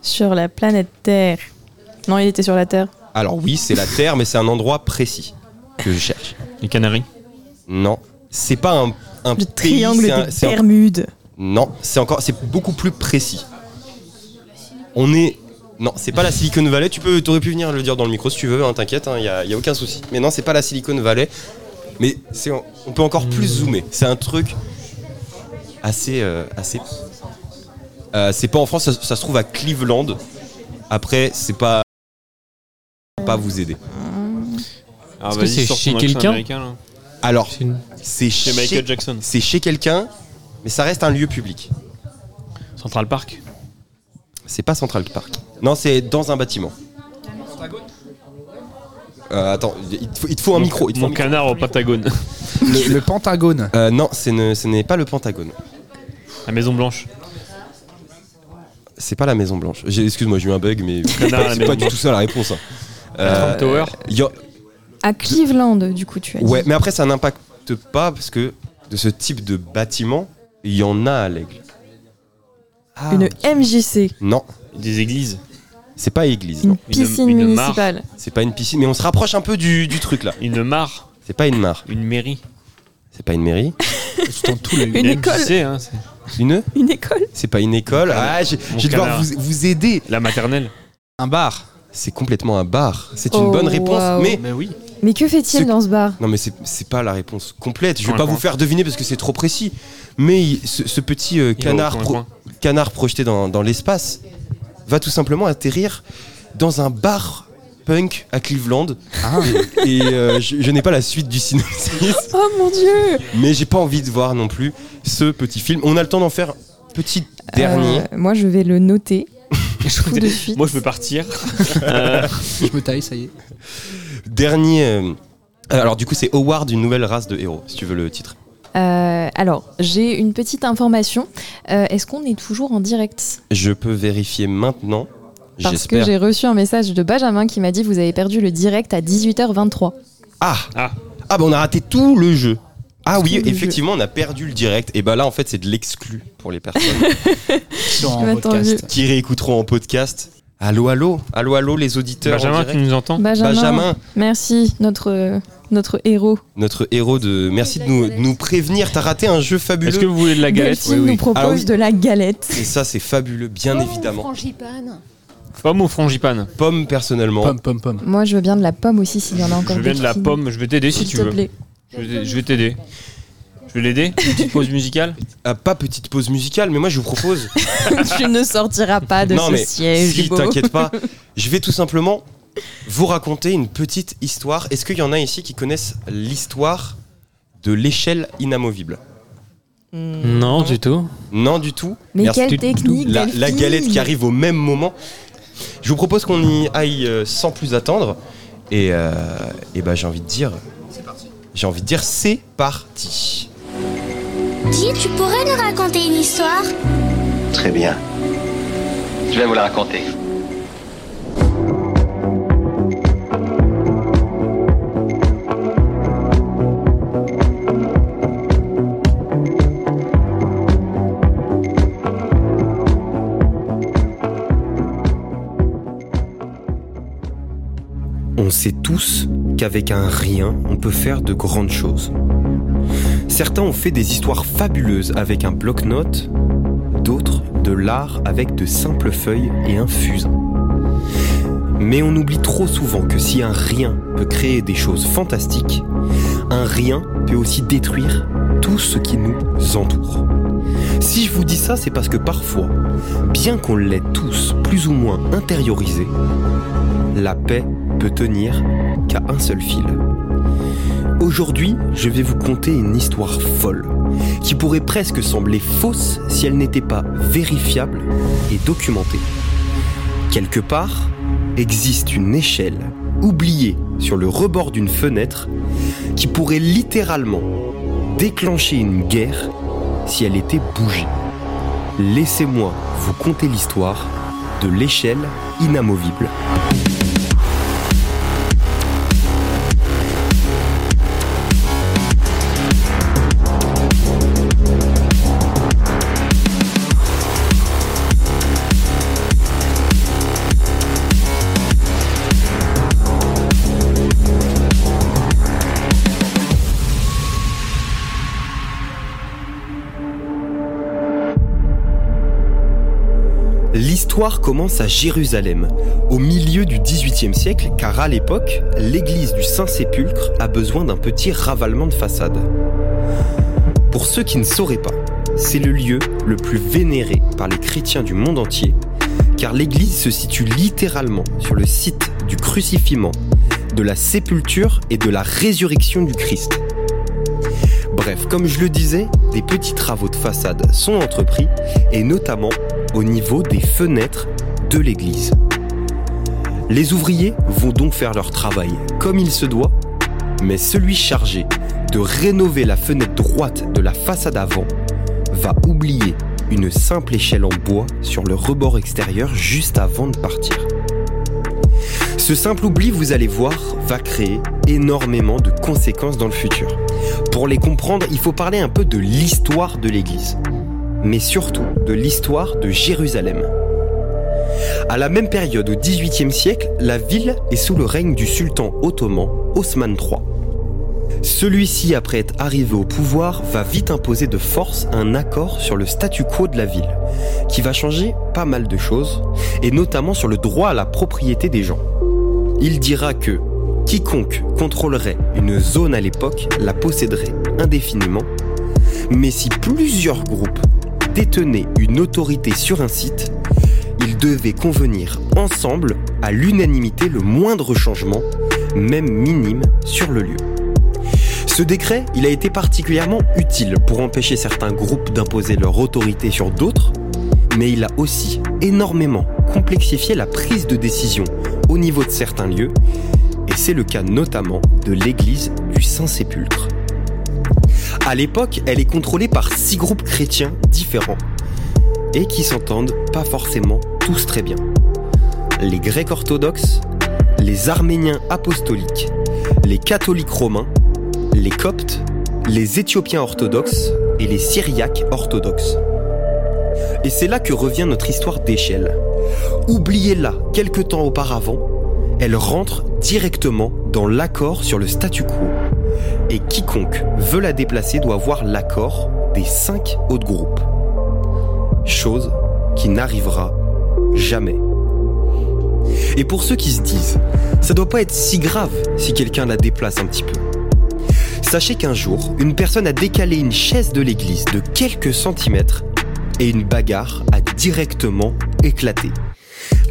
Sur la planète Terre. Non, il était sur la Terre. Alors oui, c'est la Terre, mais c'est un endroit précis que je cherche. Les Canaries. Non, c'est pas un, un Le pays, triangle c'est un- des c'est un- Bermudes. Non, c'est encore, c'est beaucoup plus précis. On est, non, c'est pas la Silicon Valley. Tu peux, t'aurais pu venir le dire dans le micro si tu veux. hein, T'inquiète, il a, y a aucun souci. Mais non, c'est pas la Silicon Valley. Mais c'est, en- on peut encore plus Hmm. zoomer. C'est un truc assez, euh, assez. Euh, c'est pas en France, ça, ça se trouve à Cleveland. Après, c'est pas, pas vous aider. Ah, Est-ce que vas-y, c'est sors chez ton accent quelqu'un américain, là. Alors, C'est une- c'est Chez chez- Michael Jackson. c'est chez quelqu'un, mais ça reste un lieu public. Central Park. C'est pas Central Park. Non, c'est dans un bâtiment. Euh, attends, il te faut, il te faut un Mon- micro. il te faut un Mon micro. canard au Patagone. Le, le Pentagone. Euh, non, ce ne- ce n'est pas le Pentagone. La Maison Blanche. C'est pas la Maison Blanche. J'ai- Excuse-moi, j'ai eu un bug, mais c'est Canard à la pas Maison du tout ça la réponse. hein. Trump Euh, Tower. y a- À Cleveland, du coup, tu as dit. ouais, mais après ça n'impacte pas parce que de ce type de bâtiment, il y en a à l'aigle. Ah. Une MJC, Non, Des églises. c'est pas église. une Non, Une- piscine une mare. municipale. c'est pas une piscine. Mais on se rapproche un peu du, du truc là. Une mare. C'est pas une mare. Une mairie. C'est pas une mairie. Une La école. MJC, hein, c'est- Une Une école. C'est pas une école. Ah, j'ai Mon j'ai devoir canard. vous, vous aider. La maternelle. Un bar. C'est complètement un bar. C'est une Oh, bonne réponse, waouh. mais Mais oui. Mais que fait-il C'est- dans ce bar non, mais c'est- c'est pas la réponse complète. Je vais Coin, pas coin. vous faire deviner parce que c'est trop précis. Mais il- ce, ce petit euh, canard, Coin, pro- coin. canard projeté dans, dans l'espace va tout simplement atterrir dans un bar punk à Cleveland. Ah, Et euh, je, je n'ai pas la suite du synopsis, Oh mon dieu mais j'ai pas envie de voir non plus ce petit film. On a le temps d'en faire un petit dernier. Euh, Moi, je vais le noter tout de suite. Moi, je peux partir. Je me taille, ça y est. Dernier. euh, alors du coup, c'est Howard, une nouvelle race de héros, si tu veux le titre. Euh, alors, j'ai une petite information. Euh, Est-ce qu'on est toujours en direct Je peux vérifier maintenant. Parce que J'espère. j'ai reçu un message de Benjamin qui m'a dit vous avez perdu le direct à 18h23. Ah Ah. Ah bah on a raté tout le jeu. Ah oui, le jeu. effectivement, on a perdu le direct. Et bah là, en fait, c'est de l'exclu pour les personnes Sur Je un m'attends podcast. qui réécouteront en podcast. Allô, allô Allô, allô, les auditeurs en Benjamin, tu direct. nous entends Benjamin, Benjamin, merci notre euh, notre héros. notre héros de... Merci de nous, de nous prévenir, t'as raté un jeu fabuleux. Est-ce que vous voulez de la galette Delphine oui, oui. nous propose Ah oui. de la galette. Et ça, c'est fabuleux, bien évidemment. Frangipane. Pomme ou frangipane Pomme, personnellement. Pomme, pomme, pomme. Moi, je veux bien de la pomme aussi s'il y en a encore. Je viens de la Delphine. pomme, je vais t'aider si S'il tu te veux. plaît. Je vais- Je vais t'aider. Je vais l'aider. Petite pause musicale. Ah, pas petite pause musicale, mais moi, je vous propose... tu ne sortiras pas Ah, de non, ce mais siège. si, beau. t'inquiète pas, je vais tout simplement vous raconter une petite histoire. Est-ce qu'il y en a ici qui connaissent l'histoire de l'échelle inamovible Mm. Non, du tout. Non du tout. Mais Merci. quelle technique la, Delphine la galette qui arrive au même moment. Je vous propose qu'on y aille euh, sans plus attendre. Et, euh, et bah, j'ai envie de dire... J'ai envie de dire c'est parti. Dis, tu pourrais nous raconter une histoire Très bien. Je vais vous la raconter. On sait tous qu'avec un rien, on peut faire de grandes choses. Certains ont fait des histoires fabuleuses avec un bloc-notes, d'autres de l'art avec de simples feuilles et un fusain. Mais on oublie trop souvent que si un rien peut créer des choses fantastiques, un rien peut aussi détruire tout ce qui nous entoure. Si je vous dis ça, c'est parce que parfois, bien qu'on l'ait tous plus ou moins intériorisé, la paix peut tenir qu'à un seul fil. Aujourd'hui, je vais vous conter une histoire folle, qui pourraient presque sembler fausses si elles n'étaient pas vérifiables et documentées. Quelque part, existe une échelle oubliée sur le rebord d'une fenêtre qui pourrait littéralement déclencher une guerre si elle était bougée. Laissez-moi vous conter l'histoire de l'échelle inamovible. L'histoire commence à Jérusalem, au milieu du XVIIIe siècle, car à l'époque, l'église du Saint-Sépulcre a besoin d'un petit ravalement de façade. Pour ceux qui ne sauraient pas, c'est le lieu le plus vénéré par les chrétiens du monde entier, car l'église se situe littéralement sur le site du crucifiement, de la sépulture et de la résurrection du Christ. Bref, comme je le disais, des petits travaux de façade sont entrepris, et notamment au niveau des fenêtres de l'église. Les ouvriers vont donc faire leur travail comme il se doit, mais celui chargé de rénover la fenêtre droite de la façade avant va oublier une simple échelle en bois sur le rebord extérieur juste avant de partir. Ce simple oubli, vous allez voir, va créer énormément de conséquences dans le futur. Pour les comprendre, il faut parler un peu de l'histoire de l'Église mais surtout de l'histoire de Jérusalem. À la même période, au XVIIIe siècle, la ville est sous le règne du sultan ottoman Osman III. Celui-ci, après être arrivé au pouvoir, va vite imposer de force un accord sur le statu quo de la ville, qui va changer pas mal de choses, et notamment sur le droit à la propriété des gens. Il dira que quiconque contrôlerait une zone à l'époque la posséderait indéfiniment, mais si plusieurs groupes détenaient une autorité sur un site, ils devaient convenir ensemble à l'unanimité le moindre changement, même minime, sur le lieu. Ce décret, il a été particulièrement utile pour empêcher certains groupes d'imposer leur autorité sur d'autres, mais il a aussi énormément complexifié la prise de décision au niveau de certains lieux, et c'est le cas notamment de l'église du Saint-Sépulcre. À l'époque, elle est contrôlée par six groupes chrétiens différents et qui s'entendent pas forcément tous très bien. Les Grecs orthodoxes, les Arméniens apostoliques, les catholiques romains, les Coptes, les Éthiopiens orthodoxes et les Syriaques orthodoxes. Et c'est là que revient notre histoire d'échelle. Oubliez-la quelque temps auparavant, elle rentre directement dans l'accord sur le statu quo et quiconque veut la déplacer doit avoir l'accord des cinq autres groupes. Chose qui n'arrivera jamais. Et pour ceux qui se disent, ça doit pas être si grave si quelqu'un la déplace un petit peu. Sachez qu'un jour, une personne a décalé une chaise de l'église de quelques centimètres et une bagarre a directement éclaté.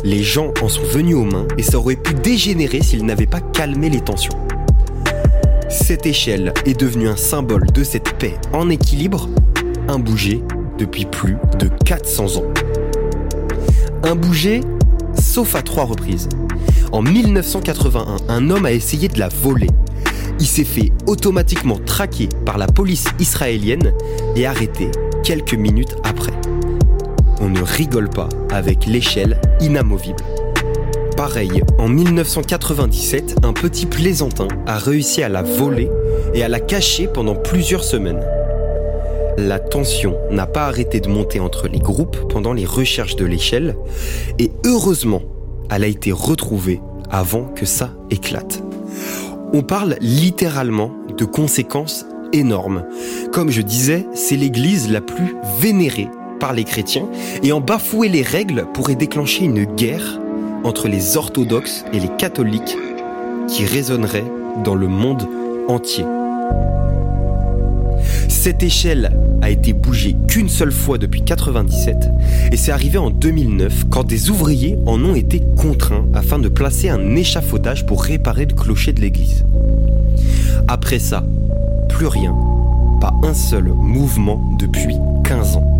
Les gens en sont venus aux mains et ça aurait pu dégénérer s'ils n'avaient pas calmé les tensions. Cette échelle est devenue un symbole de cette paix en équilibre, imbougée depuis plus de 400 ans. Imbougée, sauf à trois reprises. En 1981, un homme a essayé de la voler. Il s'est fait automatiquement traquer par la police israélienne et arrêté quelques minutes après. On ne rigole pas avec l'échelle inamovible pareil, en 1997, un petit plaisantin a réussi à la voler et à la cacher pendant plusieurs semaines. La tension n'a pas arrêté de monter entre les groupes pendant les recherches de l'échelle, et heureusement, elle a été retrouvée avant que ça éclate. On parle littéralement de conséquences énormes. Comme je disais, c'est l'église la plus vénérée par les chrétiens, et en bafouer les règles pourrait déclencher une guerre entre les orthodoxes et les catholiques qui résonnerait dans le monde entier. Cette échelle a été bougée qu'une seule fois depuis 97 et c'est arrivé en 2009 quand des ouvriers en ont été contraints afin de placer un échafaudage pour réparer le clocher de l'église. Après ça, plus rien, pas un seul mouvement depuis 15 ans.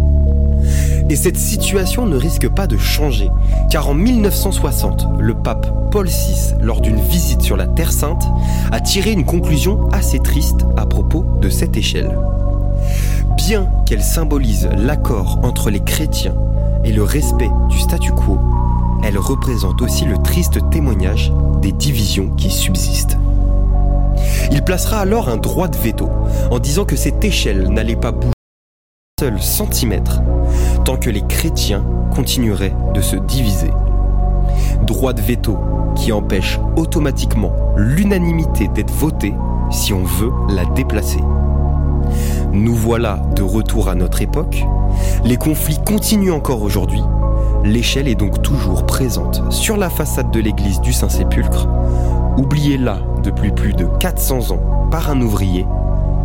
Et cette situation ne risque pas de changer, car en 1960, le pape Paul VI, lors d'une visite sur la Terre Sainte, a tiré une conclusion assez triste à propos de cette échelle. Bien qu'elle symbolise l'accord entre les chrétiens et le respect du statu quo, elle représente aussi le triste témoignage des divisions qui subsistent. Il placera alors un droit de veto en disant que cette échelle n'allait pas bouger d'un seul centimètre tant que les chrétiens continueraient de se diviser. Droit de veto qui empêche automatiquement l'unanimité d'être votée si on veut la déplacer. Nous voilà de retour à notre époque. Les conflits continuent encore aujourd'hui. L'échelle est donc toujours présente sur la façade de l'église du Saint-Sépulcre, oubliée là depuis plus de 400 ans par un ouvrier,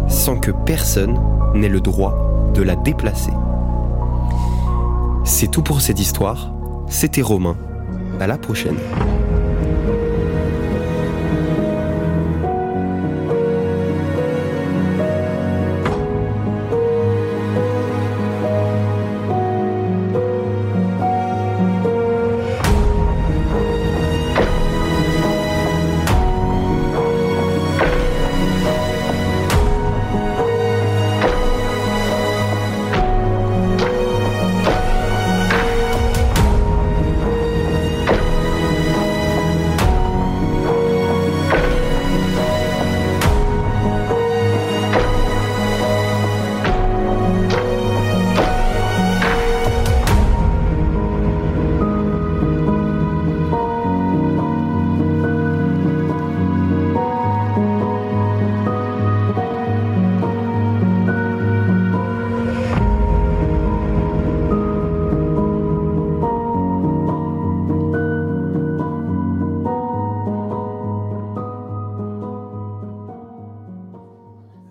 sans que personne n'ait le droit de la déplacer. C'est tout pour cette histoire. C'était Romain. À la prochaine.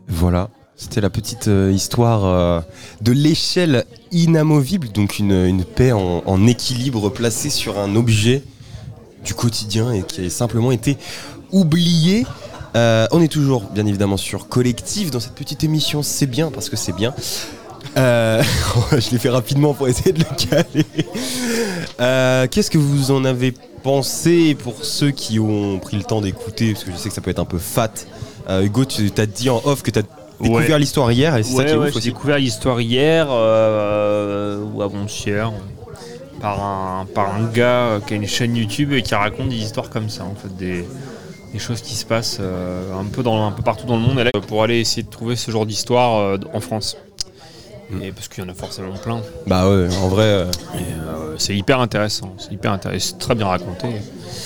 Voilà, c'était la petite euh, histoire euh, de l'échelle inamovible, donc une, une paix en, en équilibre placée sur un objet du quotidien et qui a simplement été oubliée. Euh, on est toujours bien évidemment sur Collectif dans cette petite émission, c'est bien parce que c'est bien. Euh, je l'ai fait rapidement pour essayer de le caler. Euh, Qu'est-ce que vous en avez pensé pour ceux qui ont pris le temps d'écouter Parce que je sais que ça peut être un peu fat. Euh, Hugo, tu t'as dit en off que t'as découvert Ouais. l'histoire hier et c'est ça qui Ouais, est ouais, ouf j'ai aussi. découvert l'histoire hier euh, ou avant-hier par un, par un gars euh, qui a une chaîne YouTube et qui raconte des histoires comme ça, en fait, des, des choses qui se passent euh, un, peu dans, un peu partout dans le monde et là, pour aller essayer de trouver ce genre d'histoire euh, en France. Et parce qu'il y en a forcément plein. Bah ouais, en vrai. euh, Et, euh, c'est hyper intéressant, c'est hyper intéressant, c'est très bien raconté.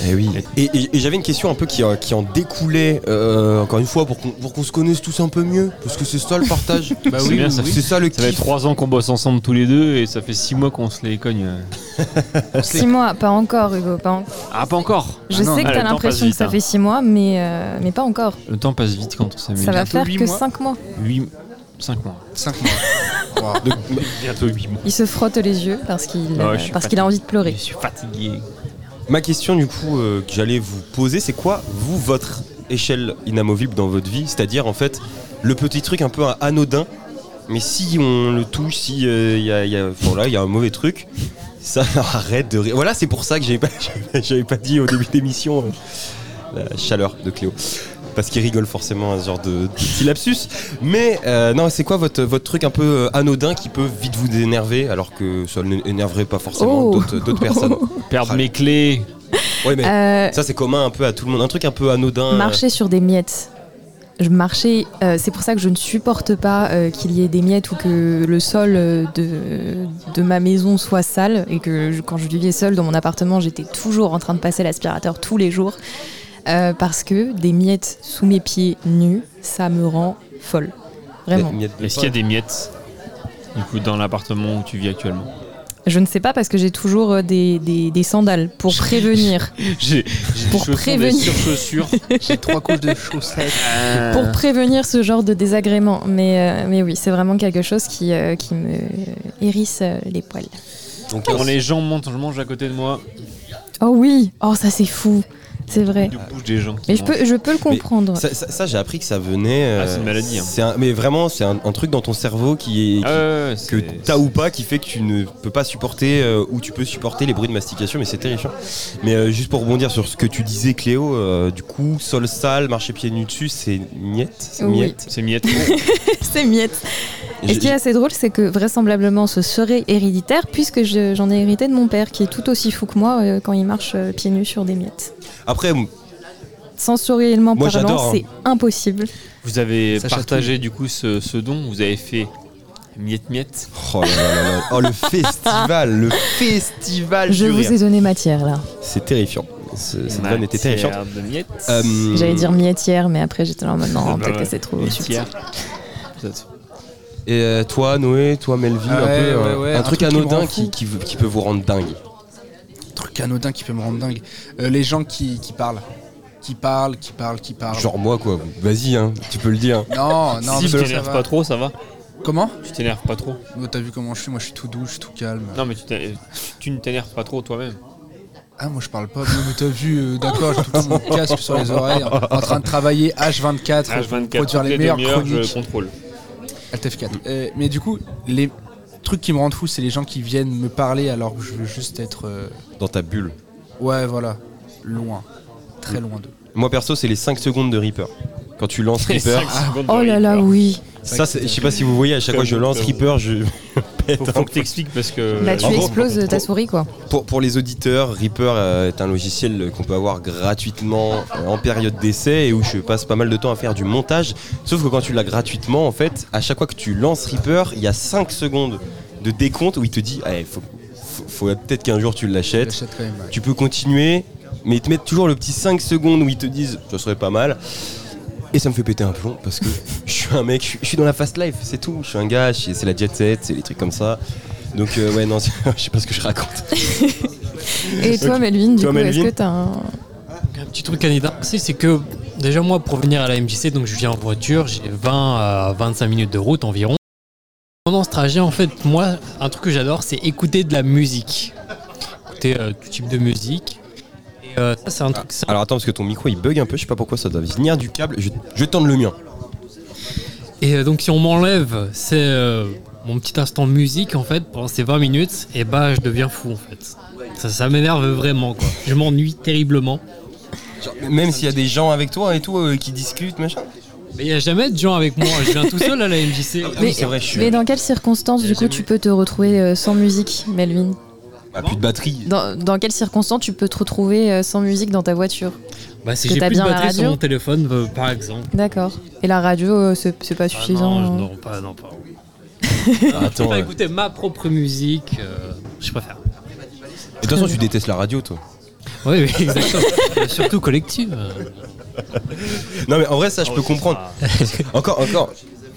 Eh oui. Et, et- et j'avais une question un peu qui, euh, qui en découlait, euh, encore une fois, pour qu'on pour qu'on se connaisse tous un peu mieux. Parce que c'est ça le partage. Bah C'est oui, bien, oui, ça oui. c'est ça le Ça fait kiff. trois ans qu'on bosse ensemble tous les deux et ça fait six mois qu'on se les cogne. Six mois, pas encore, Hugo. Pas en- Ah, pas encore Je non, sais que ah, le t'as temps l'impression passe que ça vite, fait six mois, mais, euh, mais pas encore. Le temps passe vite quand on s'amuse. Ça va bientôt faire huit que mois. cinq mois. 8, 5 mois. 5 mois. Wow. Bientôt 8 mois. Il se frotte les yeux parce qu'il Ah ouais, euh, je suis parce qu'il a envie de Je pleurer. suis fatigué. Ma question, du coup, euh, que j'allais vous poser, c'est quoi, vous, votre échelle inamovible dans votre vie C'est-à-dire, en fait, le petit truc un peu anodin, mais si on le touche, si euh, y a, y a- voilà, il y a un mauvais truc, ça arrête de rire. Voilà, c'est pour ça que j'avais pas, j'avais pas dit au début d'émission euh, la chaleur de Cléo. Parce qu'il rigole forcément à ce genre de, de petit lapsus. Mais euh, non, c'est quoi votre, votre truc un peu euh, anodin qui peut vite vous énerver alors que ça n'énerverait pas forcément Oh. d'autres d'autres personnes Perdre mes clés. Ouais, mais Euh, ça, c'est commun un peu à tout le monde. Un truc un peu anodin. Marcher sur des miettes. Je marchais, euh, c'est pour ça que je ne supporte pas euh, qu'il y ait des miettes ou que le sol euh, de, de ma maison soit sale et que je- quand je vivais seule dans mon appartement, j'étais toujours en train de passer l'aspirateur tous les jours euh, parce que des miettes sous mes pieds nus, ça me rend folle. euh, Vraiment. il y a de- Est-ce qu'il y a des miettes du coup, dans l'appartement où tu vis actuellement Je ne sais pas parce que j'ai toujours euh, des, des- des sandales pour prévenir. J'ai j'ai Pour des chaussons, des prévenir. surchaussures. J'ai trois couches de chaussettes. Euh. pour prévenir ce genre de désagrément. Mais, euh, mais oui, c'est vraiment quelque chose qui, euh, qui me hérisse euh, les poils. Donc, euh, Quand on est- les gens montent, je mange à côté de moi. Oh oui, oh ça c'est fou. C'est vrai. de bouche des gens. qui Et je ont- peux, je peux le comprendre. Ça, ça- ça, j'ai appris que ça venait. euh, Ah, c'est une maladie, hein. c'est un- mais vraiment, c'est un, un truc dans ton cerveau qui est. Ah ouais, ouais, qui- que c'est- t'as ou pas qui fait que tu ne peux pas supporter euh, ou tu peux supporter les bruits de mastication mais c'est terrifiant mais euh, juste pour rebondir sur ce que tu disais Cléo euh, du coup sol sale marcher pieds nus dessus c'est miette c'est Oui. miette C'est miette. C'est miette. Et ce J'ai- qui est assez drôle, c'est que vraisemblablement ce serait héréditaire puisque je- j'en ai hérité de mon père qui est tout aussi fou que moi euh, quand il marche euh, pieds nus sur des miettes. après m- Sensoriellement Moi, j'adore, parlant, hein. c'est impossible. Vous avez Ça partagé du coup ce, ce don, vous avez fait miette miette. oh, là là là là. Oh, le festival le festival Je du vous rire. ai donné matière là. c'est terrifiant Ce- cette vanne était terrifiante Matière de miette. Euh, J'allais dire miettière, mais après j'étais là Ah, maintenant, bah peut-être ouais. que c'est trop subtil. Miettière. Peut-être. Et euh, toi, Noé, toi, Melvin, Ah un peu ouais, euh, ouais, ouais, un, un truc, truc qui me anodin rend qui, fou. qui, vous- qui peut vous rendre dingue. Truc anodin qui peut me rendre dingue. Euh, les gens qui, qui parlent. Qui parlent, qui parlent, qui parlent. Genre moi, quoi. Vas-y, hein, tu peux le dire. Non, non, si parce tu que ça t'énerves va. pas trop, ça va Comment Tu t'énerves pas trop. Oh, T'as vu comment je suis Moi, je suis tout doux, je suis tout calme. Non, mais tu, t'é- tu ne t'énerves pas trop toi-même. Ah, moi, je parle pas. Non, mais t'as vu, euh, d'accord, j'ai tout le temps mon casque sur les oreilles, en train de travailler H24, H24, pour produire toutes les, les meilleures demi-heures, je chroniques. contrôle. LTF4. Euh, mais du coup, les trucs qui me rendent fou, c'est les gens qui viennent me parler alors que je veux juste être. euh, Dans ta bulle. Ouais, voilà. Loin. Très loin d'eux. Moi, perso, c'est les 5 secondes de Reaper. Quand tu lances Les Reaper, cinq secondes de Oh là là, rire. oui. ça, c'est- je sais pas si vous voyez, à chaque fois que je lance Reaper, je. Faut, faut que t'expliques parce que. Bah, tu Euh, en gros, exploses ta souris quoi. Pour, pour les auditeurs, Reaper euh, est un logiciel qu'on peut avoir gratuitement euh, en période d'essai et où je passe pas mal de temps à faire du montage. Sauf que quand tu l'as gratuitement, en fait, à chaque fois que tu lances Reaper, il y a 5 secondes de décompte où il te dit Allez, faut, faut- faut peut-être qu'un jour tu l'achètes. J'achète quand même. ouais. Tu peux continuer, mais ils te mettent toujours le petit 5 secondes où ils te disent ce serait pas mal. Et ça me fait péter un plomb parce que je suis un mec, je suis- je suis dans la fast life, c'est tout. Je suis un gars, je suis- c'est la jet set, c'est les trucs comme ça. Donc euh, ouais non, je sais pas ce que je raconte. Et toi Melvin, du Toi, coup, est-ce Melvin que t'as un. Un petit truc canadien, c'est c'est que déjà moi pour venir à la MJC, donc je viens en voiture, j'ai 20 à 25 minutes de route environ. Pendant ce trajet, en fait, moi, un truc que j'adore, c'est écouter de la musique. Écouter euh, tout type de musique. Et euh, ça, c'est un truc. c'est un- Alors attends parce que ton micro il bug un peu, je sais pas pourquoi ça doit venir du câble. Je, je vais tendre le mien. Et euh, donc si on m'enlève, c'est euh, mon petit instant musique en fait pendant ces 20 minutes, et bah je deviens fou en fait. Ça, ça m'énerve vraiment quoi. Je m'ennuie terriblement. Même s'il y a des gens avec toi et tout euh, qui discutent machin. Mais il y a jamais de gens avec moi. Je viens tout seul à la MJC. Ah oui, c'est vrai, je suis. Mais dans quelles circonstances, du coup, tu peux te retrouver euh, sans musique, Melvin Ah, plus de batterie. dans, dans quelles circonstances tu peux te retrouver euh, sans musique dans ta voiture Bah si Que j'ai t'as plus de bien la batterie sur radio mon téléphone euh, par exemple. D'accord. Et la radio, euh, c'est c'est pas Ah suffisant. non, hein. je- non, pas, non, pas. je Attends. préfère euh, écouter ma propre musique. euh, je préfère. De toute façon tu détestes la radio toi. Oui, oui, exactement. Surtout collective. Non mais en vrai ça Oh, je peux comprendre. Encore encore.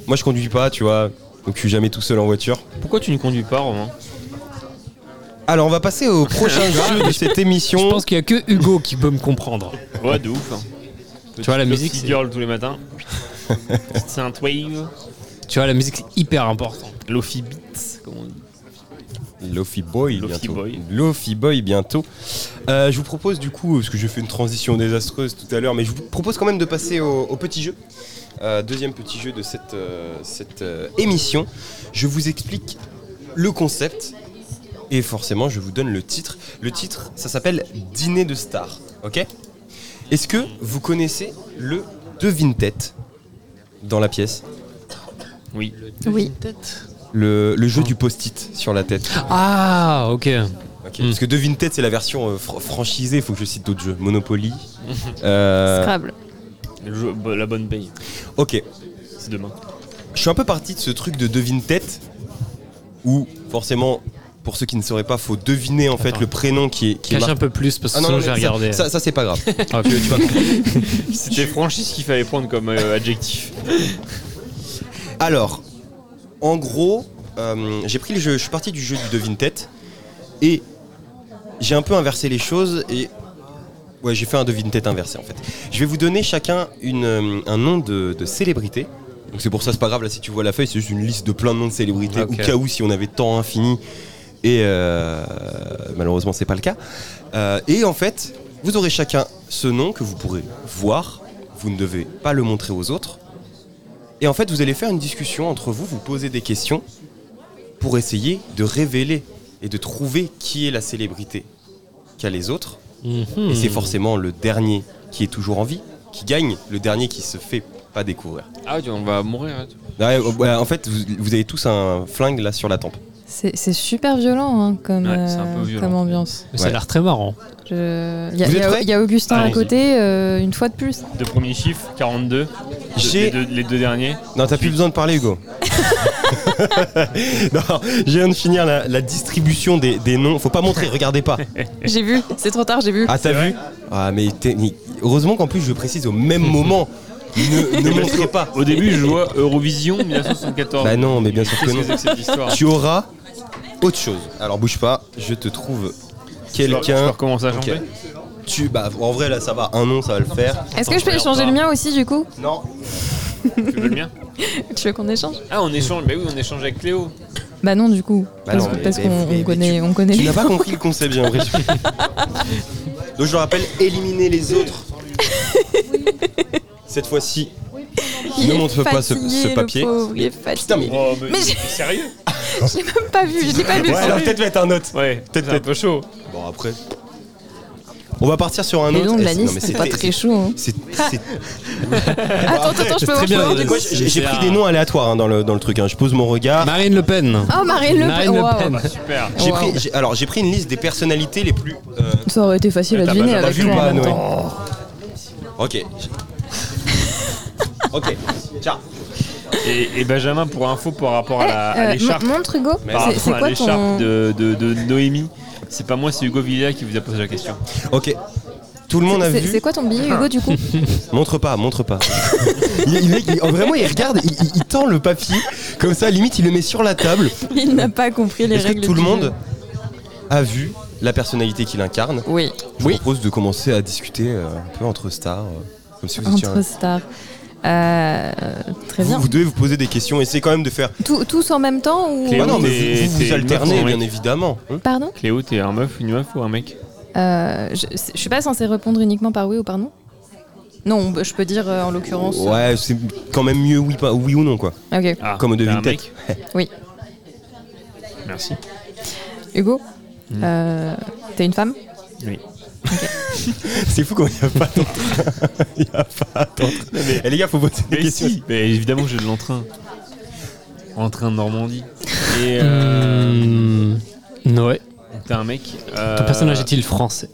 Moi je conduis pas tu vois. Donc je suis jamais tout seul en voiture. Pourquoi tu ne conduis pas, Romain Alors, on va passer au prochain jeu de cette Je émission. pense qu'il y a que Hugo qui peut me comprendre. Ouais, de ouf. hein. Tu vois, la musique, c'est- girl tous les matins. Petite synthwave. Tu vois, la musique c'est hyper important. Lofi beat, comme on dit. Lofi Boy Lofi bientôt. Boy. Lofi Boy bientôt. Euh, je vous propose du coup, parce que j'ai fait une transition désastreuse tout à l'heure, mais je vous propose quand même de passer au, au petit jeu. Euh, deuxième petit jeu de cette, euh, cette euh, émission. Je vous explique le concept et forcément je vous donne le titre. Le titre, ça s'appelle Dîner de Stars. Ok Est-ce que vous connaissez le devine-tête dans la pièce Oui. Oui. le, le jeu du post-it sur la tête. Ah, ok. Ok, Mm. Parce que Devine Tête, c'est la version euh, fr- franchisée, il faut que je cite d'autres jeux. Monopoly. Euh, Scrabble. Le jeu- bah, la bonne paye. ok, C'est demain. je suis un peu parti de ce truc de Devine Tête, où forcément, pour ceux qui ne sauraient pas, faut deviner en fait Attends. le prénom qui est. Qui est Cache mar- un peu plus parce que Ah non, sinon non, je vais ça- regarder. Ça, ça, c'est pas grave. Ah, Tu- tu vas- C'était franchise qu'il fallait prendre comme euh, adjectif. Alors, en gros, euh, j'ai pris le jeu, je suis parti du jeu du devine tête et j'ai un peu inversé les choses et ouais, j'ai fait un devine tête inversé en fait. Je vais vous donner chacun une, euh, un nom de, de célébrité. Donc c'est pour ça, c'est pas grave là si tu vois la feuille, c'est juste une liste de plein de noms de célébrités Ok. au cas où si on avait temps infini. Et euh, malheureusement, c'est pas le cas. Euh, et en fait, Vous aurez chacun ce nom que vous pourrez voir. Vous ne devez pas le montrer aux autres. Et en fait, vous allez faire une discussion entre vous, vous posez des questions pour essayer de révéler et de trouver qui est la célébrité qu'a les autres. Mhm. Et c'est forcément le dernier qui est toujours en vie, qui gagne, le dernier qui se fait pas découvrir. Ah, ouais, on va mourir. hein. Ouais, euh, ouais, en fait, vous, vous avez tous un flingue là sur la tempe. C'est c'est super violent hein, comme, Ouais, c'est un peu euh, violent. comme ambiance. Mais ça a l'air très marrant. Je- Il y, a- Vous il y êtes a- prêts il y a Augustin à Allons-y. côté, euh, une fois de plus. Deux premiers chiffres, 42. J'ai- Les deux, les deux derniers. Non, t'as plus besoin de parler, Hugo. non, je viens de finir la, la distribution des, des noms. Faut pas montrer, regardez pas. J'ai vu, c'est trop tard, j'ai vu. Ah, t'as vu Ah, mais, t'es- mais- heureusement qu'en plus, je précise au même moment. Ne, ne montrez pas. Au début, je vois Eurovision 1974. Bah non, mais bien sûr que Qu'est-ce non. que c'est que cette histoire Tu auras autre chose. Alors bouge pas, je te trouve Je peux quelqu'un. recommencer à chanter Ok. Tu, bah, en vrai, là, ça va. Un nom, ça va le faire. Est-ce que je peux échanger le mien aussi du coup Non. Tu veux le mien Tu veux qu'on échange Ah, on échange. Bah oui, on échange avec Cléo. Bah non du coup, Bah parce, non, mais- parce mais- qu'on mais- mais on connaît, tu- on connaît. Tu n'as pas compris le concept, j'ai l'impression. Donc je le rappelle, éliminer les autres. Cette fois-ci, Il ne est montre pas ce, fatigué, ce le papier. pauvre, il est fatigué. Putain, mais. Oh, mais, Mais j'ai- t'es sérieux J'ai même pas vu, je l'ai pas vu. Ouais, alors peut-être mettre un autre. Ouais, Peut-être, peut-être un peut-être. peu chaud. Bon, après. On va partir sur un Les autre. noms Eh, de la c'est- Eh ben, non, liste, mais c'est pas c'était- très chaud. hein. C'est, c'est- Attends, attends, attends, je peux très voir. je bien, peux voir euh, du coup. Moi, j'ai, j'ai C'est pris un- des noms aléatoires hein, dans, le, dans le truc. hein. Je pose mon regard. Marine Le Pen. Oh, Marine Le Pen. Marine Le waouh. Pen. Super. J'ai Wow. pris, j'ai- alors, j'ai pris une liste des personnalités les plus. euh, Ça aurait été facile à T'as deviner pas- t'as avec vu moi ou en pas, même Noé temps. Ok. ok. Ciao. Et, et Benjamin, pour info, par Oh rapport à la- Eh, à euh, l'écharpe. mon- montre Hugo, Par c'est- rapport c'est à quoi ton... l'écharpe de, de, de Noémie, c'est pas moi, c'est Hugo Villa qui vous a posé la question. Ok. Tout le monde a c'est- vu. C'est quoi ton billet Hugo du coup Montre pas, montre pas. il, il- il- il- vraiment, il regarde, il, il- il tend le papier comme ça. Limite, il le met sur la table. Il n'a pas compris les Est-ce règles. que tout le du jeu. monde a vu la personnalité qu'il incarne Oui, Je propose de commencer à discuter euh, un peu entre stars, euh, comme si vous étiez. entre un- stars. Euh, très Vous, bien. vous devez vous poser des questions. Essayez quand même de faire. Tous- Tous en même temps ou Ah Cléo, non, mais t'es- vous vous, t'es vous une alternez, meuf, bien oui. évidemment. hein. Pardon Cléo, t'es un meuf, une meuf ou un mec Euh, je, je suis pas censée répondre uniquement par oui ou par non Non, bah, je peux dire euh, en l'occurrence. Ouais, c'est quand même mieux oui, pas, oui ou non, quoi. Ok. ah, Comme on t'es devine un peut-être. mec Oui. Merci. Hugo, Mm. euh, t'es une femme Oui. C'est fou quand il n'y a pas d'autre. il n'y a pas d'autre. Eh, les gars, faut voter des Mais questions. si, mais évidemment, j'ai de l'entrain. Entrain de Normandie. Et euh, Noé. t'es un mec. euh, Hmm. Ton personnage est-il français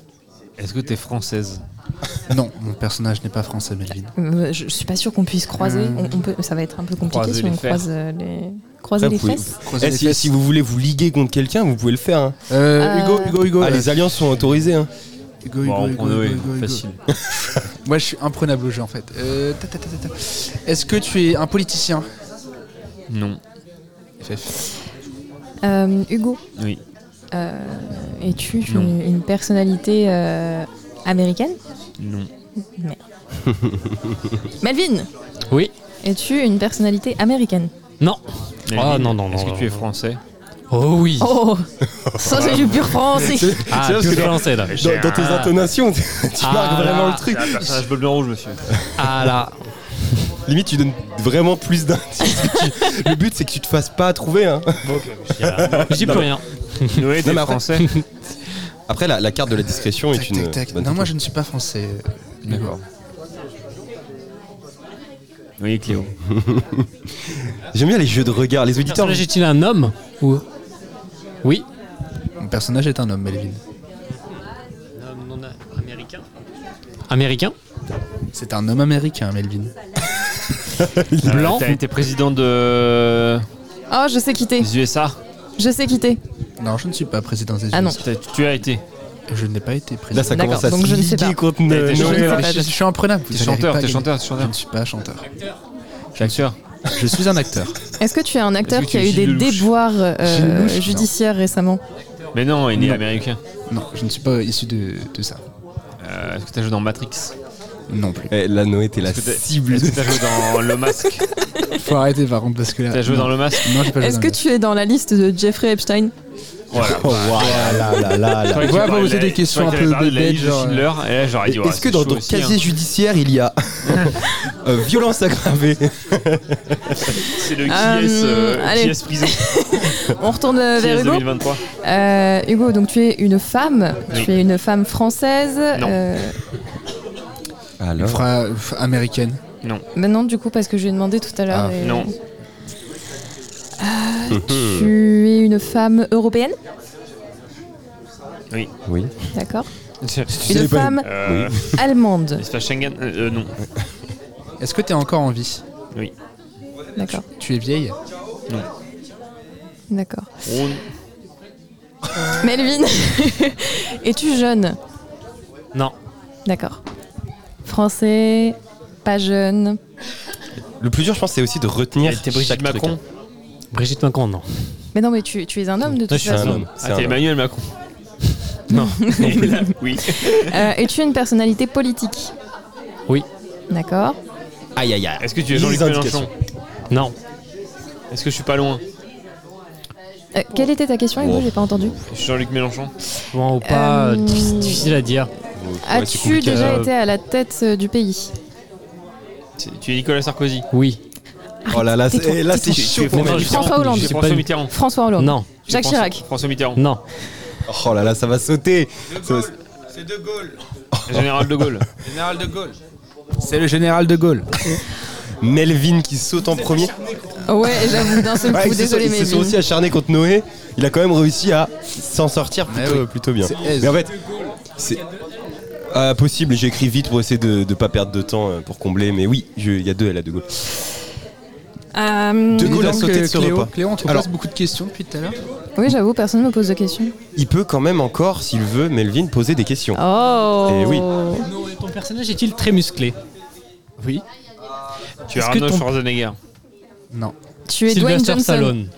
Est-ce que t'es française Non, mon personnage n'est pas français, Melvin. Euh, je, je suis pas sûre qu'on puisse croiser. On, on peut, ça va être un peu compliqué Hmm. Croiser si les on fers. croise euh, les, croiser Après, les vous pouvez- fesses. Eh, si, si vous voulez vous liguer contre quelqu'un, vous pouvez le faire. hein. Euh, Hugo, Hugo, Hugo. Ah, les alliances sont autorisées. hein. Hugo, Bon, Hugo, on prend Hugo, Noé, Hugo, Hugo. facile. Moi, je suis imprenable au jeu, en fait. Euh, ta, ta, ta, ta, ta. Est-ce que tu es un politicien Non. Euh, Hugo, Oui. euh, es-tu Non. une, une personnalité euh, américaine Non. Merde. Melvin, Oui. es-tu une personnalité américaine Non. Ah Melvin, non, non, non. Est-ce que non, tu es non. français Oh oui. Oh, ça c'est du pur français. Ah, C'est vrai, plus parce que français là. Dans, dans tes intonations, tu Ah, marques vraiment là. le truc. Un personnage bleu, blanc, rouge, monsieur. Ah là. Limite, tu donnes vraiment plus d'indices. que tu- le but, c'est que tu te fasses pas trouver. hein. Ah, J'y peux rien. Noé, Non, t'es mais après- français Après, la, la carte de la discrétion est Tac, une. tac, tac. bonne Non, moi, technique. je ne suis pas français. euh, Hugo. Oui, Cléo. J'aime bien les jeux de regard. Les Ton auditeurs. personnage est-il un homme Ou. Oui. Mon personnage est un homme, Melvin. Un homme non américain. Américain C'est un homme américain, Melvin. Blanc T'as été président de... Oh, je sais quitter. des USA Je sais quitter. Non, je ne suis pas président des Ah non. USA. T'as- Tu as été. Je n'ai pas été président. Là, ça D'accord, commence à donc se je ne sais liguer pas. contre été Noé, changé, là. là. Je, suis- je suis imprenable. T'es vous n'arrivez chanteur, pas à t'es gagner. chanteur, t'es Je chanteur. ne suis pas chanteur. T'es acteur. Je suis un acteur. Est-ce que tu es un acteur Est-ce que qui tu a es eu des Gilles Lelouch déboires euh, Gilles Lelouch, non. judiciaires récemment Mais non, il est Non. américain. Non, je ne suis pas issu de, de ça. Euh, Est-ce que t'as joué dans Matrix Non plus. Eh, là, Noé, t'es la Est-ce que t'as- cible. Est-ce que t'as joué dans Le Masque Faut arrêter par contre parce que là. T'as joué non. dans Le Masque Non, j'ai pas joué Est-ce dans que le- tu es dans la liste de Jeffrey Epstein Voilà. Oh, waouh, là, là, là, là. J'aurais dû Ouais, bah, parler vous de la- avez des questions j'aurais dû un peu parler de la bébêtes, liste de genre, Schindler, et là, j'aurais dit, ouais, Est-ce que c'est dans chaud ton aussi, casier hein. judiciaire, il y a euh, violence aggravée c'est le Euh, qui est allez. euh, qui est prison On retourne euh, qui vers est Hugo. 2023 Euh, Hugo, donc tu es une femme, tu es une femme française. Non. euh, Elle Alors, fera euh, pff, américaine. mais bah non, du coup, parce que je lui ai demandé tout à l'heure. Ah, et- Euh, non. Tu es une femme européenne oui. D'accord. savais Une pas- femme Euh, allemande. L'espace Schengen euh, euh, non Est-ce que t'es encore en vie D'accord. Tu es vieille D'accord. On- Melvin, es-tu jeune Non. D'accord. Français, pas jeune. Le plus dur, je pense, c'est aussi de retenir T'es Brigitte chaque truc, Macron hein. Brigitte Macron, non. Mais non, mais tu, tu es un homme de je toute suis un C'est un façon. homme. c'est Ah, un t'es homme. Emmanuel Macron Non. Et là, oui Euh, es-tu une personnalité politique Oui. D'accord. Aïe, aïe, aïe. est-ce que tu es Les Jean-Luc indications. Mélenchon Non. est-ce que je suis pas loin Euh, quelle était ta question Hugo Wow. J'ai pas entendu. je suis Jean-Luc Mélenchon Bon ou pas, Euh, euh, diffi- difficile à dire. Ouais, c'est As-tu compliqué. déjà Euh, été à la tête euh, du pays C'est- tu es Nicolas Sarkozy Oui. Oh là là, Tais-toi, c'est- là, c'est tais-toi. chaud François pour moi. François Hollande. Mitterrand. Je c'est sais François pas- Mitterrand François Hollande. Non, C'est Jacques François- Chirac. François Mitterrand non, Oh là là, ça va sauter. Ça va- Le général de Gaulle C'est le général de Gaulle. Melvin qui saute en premier. Ouais, j'avoue, d'un seul Ouais, coup, ils se sont- désolé, ils mais. se sont aussi acharnés contre Noé. Il a quand même réussi à s'en sortir plutôt, Ouais, Ah oui. plutôt bien. C'est aise. Mais en fait, c'est Ah, possible. J'ai écrit vite pour essayer de ne pas perdre de temps euh, pour combler. Mais oui, je- il y a deux L à De Gaulle. Euh, De Gaulle a Donc, sauté euh, de ce Cléo, repas. Cléo, on te Alors- pose beaucoup de questions depuis tout à l'heure. Oui, j'avoue, personne ne me pose de questions. Il peut quand même encore, s'il veut, Melvin, poser des questions. Oh Eh oui. Ton personnage est-il très musclé Oui. tu es Est-ce que Arnaud ton- Schwarzenegger Non, Tu es Dwayne Sylvester Johnson. Stallone.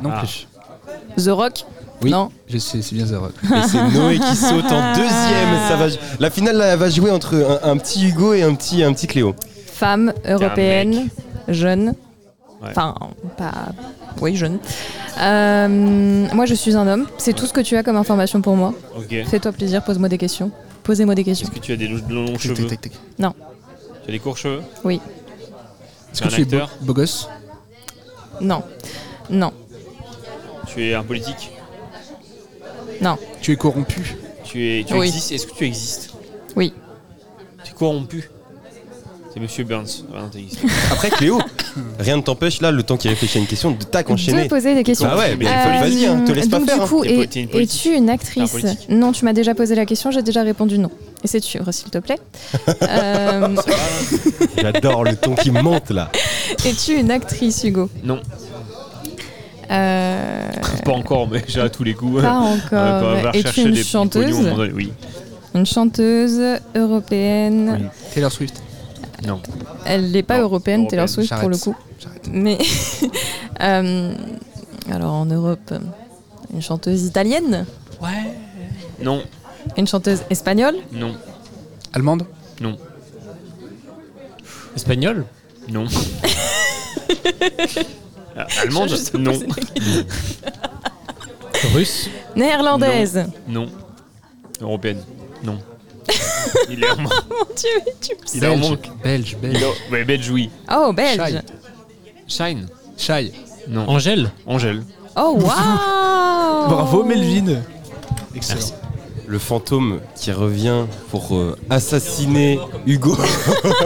non Ah. plus. The Rock Oui. Non. Je sais, c'est bien heureux. Et Ah. c'est Noé qui saute en deuxième. Ça va, la finale là, elle va jouer entre un, un petit Hugo et un petit, un petit Cléo. Femme européenne, jeune. Ouais. Enfin, pas. Oui, jeune. Euh, moi, je suis un homme. C'est tout ce que tu as comme information pour moi. ok est-ce Fais-toi plaisir, pose-moi des questions. Posez-moi des questions. que tu as des longs- longs cheveux Tic, tic, tic, tic. tu as des courts cheveux Oui. tu Est-ce es que un tu es beau, acteur beau gosse Non. Non. tu es un politique Tu es corrompu tu es tu Oui. existes est-ce que tu existes Oui. tu es corrompu c'est monsieur Burns Ah non, t'existes. Après, Cléo, rien ne t'empêche là, le temps qu'il réfléchit à une question, de tac De enchaîner. poser des questions. Bah ouais, mais Euh, vas-y, hein, te laisse pas donc faire. Du hein. coup, T'es po- es- t'es une politique. es-tu une actrice T'es un politique. Non, tu m'as déjà posé la question, j'ai déjà répondu non. Et c'est tu, s'il te plaît. Euh, J'adore le ton qui monte là. es-tu une actrice, Hugo non Euh, pas encore mais j'ai à tous les coups Pas Euh, bah, on encore. va Es-tu rechercher une des- des pognons à un chanteuse moment donné. Oui. Une chanteuse européenne. Taylor Swift. Non. Elle n'est pas Non, européenne, Taylor européenne, Swift, pour le j'arrête. coup. Mais. euh, alors, en Europe, une chanteuse italienne Non. Une chanteuse espagnole Non. Allemande Espagnol Non. Ah, Allemande Non. Russe Néerlandaise Non. Européenne Non. Il est en manque. Mon Dieu, mais tu me- Il est en manque. Belge, Il belge. est en- Ouais, Belge, oui. Oh, belge Shy. Shine Shy. Non. Angèle Angèle. Oh, waouh Oh. Melvin. Excellent. Le fantôme qui revient pour euh, assassiner Hugo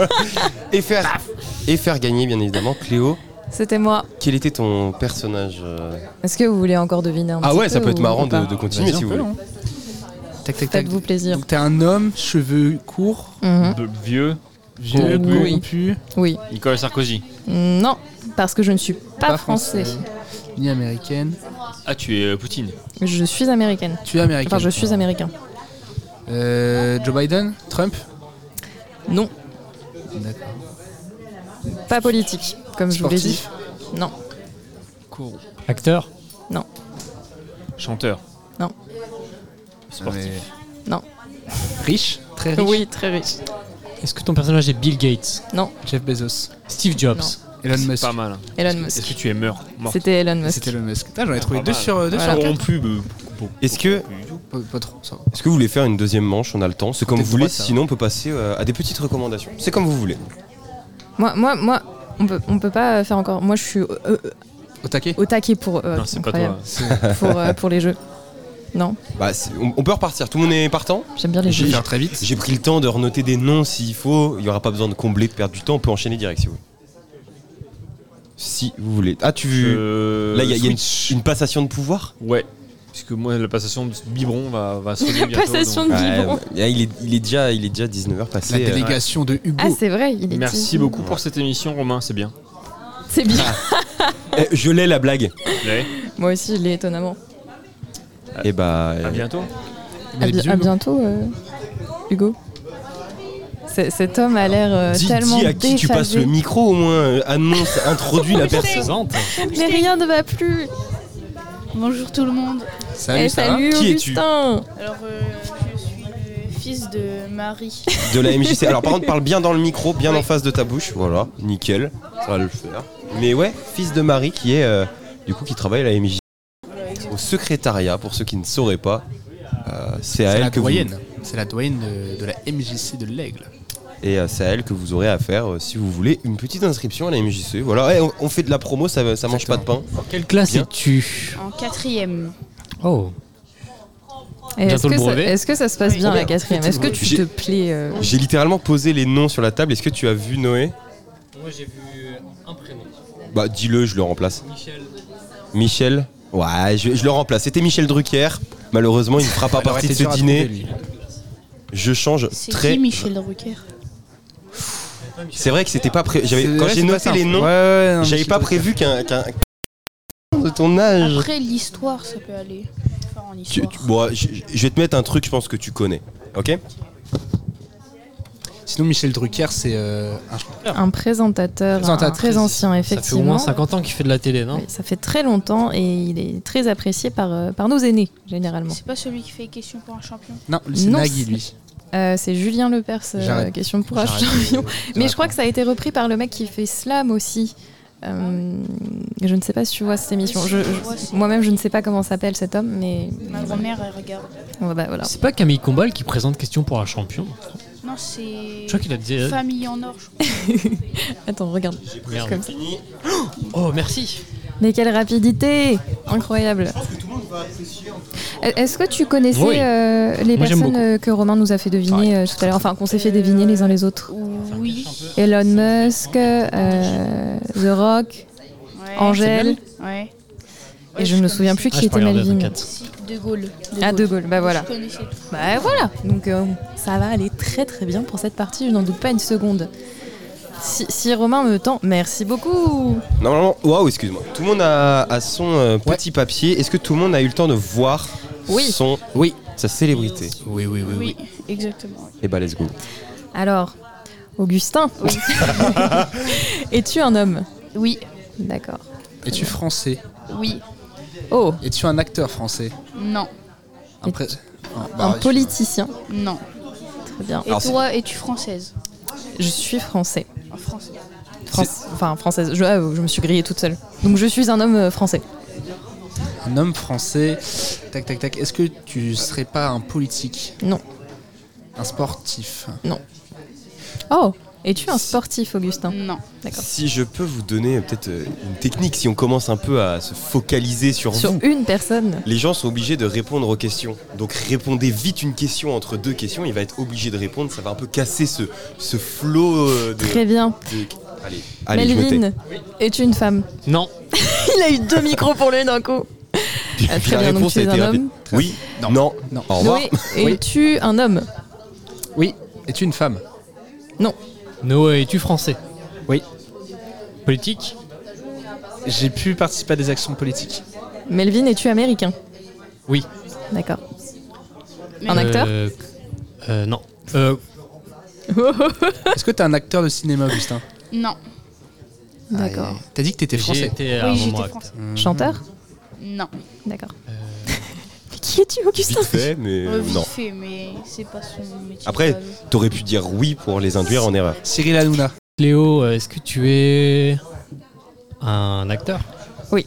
et, faire, et faire gagner, bien évidemment, Cléo. C'était moi. Quel était ton personnage euh Est-ce que vous voulez encore deviner un Ah petit ouais, ça peu peut être ou- marrant ou pas de, de continuer si vous voulez. Tac, tac, tac. Faites-vous plaisir. Donc t'es un homme, cheveux courts, Mhm. De vieux. vieux, Oui. corrompu, Oui. Nicolas Sarkozy. Non, parce que je ne suis pas, Pas français. français. ni américaine. Ah, tu es euh, Poutine. Je suis américaine. Tu es américain. Enfin, je suis américain. Euh, Joe Biden Trump Non, D'accord. pas politique, comme je vous l'ai dit. Sportif Non, Acteur Chanteur. Non. Euh, Sportif. non. Riche Très riche. Oui, très riche. Est-ce que ton personnage est Bill Gates Non, Jeff Bezos. Steve Jobs Elon C'est Musk. Pas mal. hein. Elon Est-ce Musk. que tu es mort Mort. C'était Elon Musk. C'était Elon Musk. Putain, J'en ai trouvé Pas deux mal. sur euh, deux Voilà. sur quatre. Corrompu, mais Est-ce que, Pas, pas trop, ça va. est-ce que vous voulez faire une deuxième manche On a le temps. C'est comme vous Peut-être voulez. pas, ça. Sinon, on peut passer euh, à des petites recommandations. C'est comme vous voulez. Moi, moi, moi, on peut, on peut pas faire encore. Moi, je suis au, euh, Au taquet au taquet pour. euh, Non, c'est pas incroyable. toi. Pour, euh, pour les jeux. Non, Bah, c'est- on, on peut repartir. Tout le monde est partant j'aime bien les Je jeux. vais faire très vite. J'ai pris le temps de renoter des noms s'il faut. Il n'y aura pas besoin de combler, de perdre du temps. On peut enchaîner direct si vous voulez. Si vous voulez. Ah, tu. Je- Là, il y a, il y a une- Euh, Switch. une, passation de pouvoir Ouais. Parce que moi, la passation de biberon va, va sonner La bientôt, passation donc- de biberon. ouais, eh, il, est, il est déjà, il est déjà 19h passé. La euh, délégation de Hugo. Ah, c'est vrai, il est Merci dit. beaucoup pour cette émission, Romain, c'est bien. C'est bien. eh, je l'ai la blague. Ouais. Moi aussi, je l'ai étonnamment. Et Ah, bah. À bientôt. À, Mais bi- Dieu, à bientôt, euh, Hugo. C'est- cet homme a l'air euh, Dis, tellement dis à qui tu passes déphasé. le micro au moins, euh, annonce, introduis la personne. Présente. Mais rien ne va plus. Bonjour tout le monde. Salut, Eh, ça va salut, Qui es-tu Augustin. Alors, euh, je suis le fils de Marie. De la MJC. Alors par contre, parle bien dans le micro, bien en Ouais. face de ta bouche. Voilà, nickel, ça va le faire. Mais ouais, fils de Marie qui est euh, du coup qui travaille à la MJC au secrétariat pour ceux qui ne sauraient pas. Euh, c'est à C'est elle la que vous, doyenne. C'est la doyenne de, de la MJC de l'Aigle. et euh, c'est à elle que vous aurez à faire euh, si vous voulez une petite inscription à la MJC. Voilà, Eh, on, on fait de la promo, ça, ça mange pas de pain. Quelle classe Bien. es-tu En quatrième. Oh, Et Est-ce Bientôt que, le ça- brevet. est-ce que ça se passe Oui. bien Trop la bien. quatrième Est-ce que tu J'ai- te plais euh, J'ai littéralement posé les noms sur la table. Est-ce que tu as vu Noé Moi j'ai vu un prénom, Bah dis-le, je le remplace. Michel. Michel Ouais, je, je le remplace. C'était Michel Drucker. Malheureusement, il ne fera pas partie de ce dîner. Je change C'est très. qui Michel Drucker C'est vrai que c'était pas prévu. Quand j'ai noté les noms, j'avais pas prévu qu'un. qu'un- de ton âge. Après, l'histoire, ça peut aller. Enfin, en Tu- histoire. tu- bon, je, je vais te mettre un truc, je pense que tu connais. Ok Sinon, Michel Drucker, c'est euh, un un présentateur, Présentatrice. un Ah, très ancien Ah, Ça effectivement fait au moins 50 ans qu'il fait de la télé, non Oui, ça fait très longtemps et il est très apprécié par, euh, par nos aînés généralement. C'est pas celui qui fait question pour un champion. Non, c'est Non, Nagui, c'est- lui. Euh, c'est Julien Lepers, euh, J'arrête. question pour un J'arrête. champion. Mais J'arrête. je crois que ça a été repris par le mec qui fait slam aussi. Euh, je ne sais pas si tu vois cette émission. Je- je- Moi-même, je ne sais pas comment s'appelle cet homme, mais Ma grand-mère, elle regarde. Ouais, bah, voilà. C'est pas Camille Combal qui présente Question pour un champion Non, c'est. Je crois qu'il a dit. Famille en or, je crois. Attends, regarde. Merde. Comme ça. Oh, merci Mais quelle rapidité Incroyable. Est-ce que tu connaissais Oui. euh, les Moi, j'aime Ah, personnes euh, que Romain nous a fait deviner euh, tout à l'heure, enfin qu'on s'est fait deviner les uns les autres Oui. Elon Musk, euh, The Rock, Ouais. Angèle, Ouais. et je ne me souviens plus Ah, qui je peux était regarder, Melvin. t'inquiète. Si, De Gaulle. Ah, De Gaulle, bah voilà. Je connaissais tout. Bah voilà, donc euh, ça va aller très très bien pour cette partie, je n'en doute pas une seconde. Si, si Romain me tend, merci beaucoup. Normalement, waouh, excuse-moi. Tout le monde a, a son euh, petit papier. Est-ce que tout le monde a eu le temps de voir Oui. son, Oui. sa célébrité Oui, oui, oui, Oui, oui. exactement. Et bah, let's go. Alors, Augustin, es-tu un homme Oui, D'accord. Es-tu français oui, Oh, Es-tu un acteur français non, Un, pré- Ah, bah, un je- politicien. non. Très bien. Et Alors, toi, es-tu française Je suis français. En français. Fran- Enfin, française. Je, ah, je me suis grillée toute seule. Donc je suis un homme euh, français. Un homme français. Tac, tac, tac. Est-ce que tu serais pas un politique Non. Un sportif Oh, es-tu un sportif, Augustin Non. D'accord. Si je peux vous donner euh, peut-être euh, une technique, si on commence un peu à se focaliser sur, Sur vous, une personne les gens sont obligés de répondre aux questions. Donc répondez vite une question entre deux questions, il va être obligé de répondre, ça va un peu casser ce, ce flot euh, de, Très bien. de- Allez, allez je me tais. Melvin, es-tu une femme Non, Il a eu deux micros pour lui d'un coup. Ah, très La bien, donc réponse tu es a été un rapide. homme Oui, non, Non. non. Non. Au revoir. Noé, es-tu un homme Oui. Es-tu une femme Noé, es-tu français Oui. Politique J'ai pu participer à des actions politiques. Melvin, es-tu américain Oui. D'accord. Un acteur Euh, euh, Non. Euh, Est-ce que t'es un acteur de cinéma, Augustin Non. D'accord. Ah, T'as dit que t'étais j'ai français. été à Oui, un j'étais moment acteur. français. Mmh. Chanteur Non. D'accord. Euh, Mais Qui es-tu, Augustin Vite fait, mais Euh, Oh, euh, vite non. fait, mais c'est pas son métier. Après- de base. T'aurais pu dire oui pour les induire en erreur. Cyril Hanouna. Léo, euh, est-ce que tu es un acteur Oui.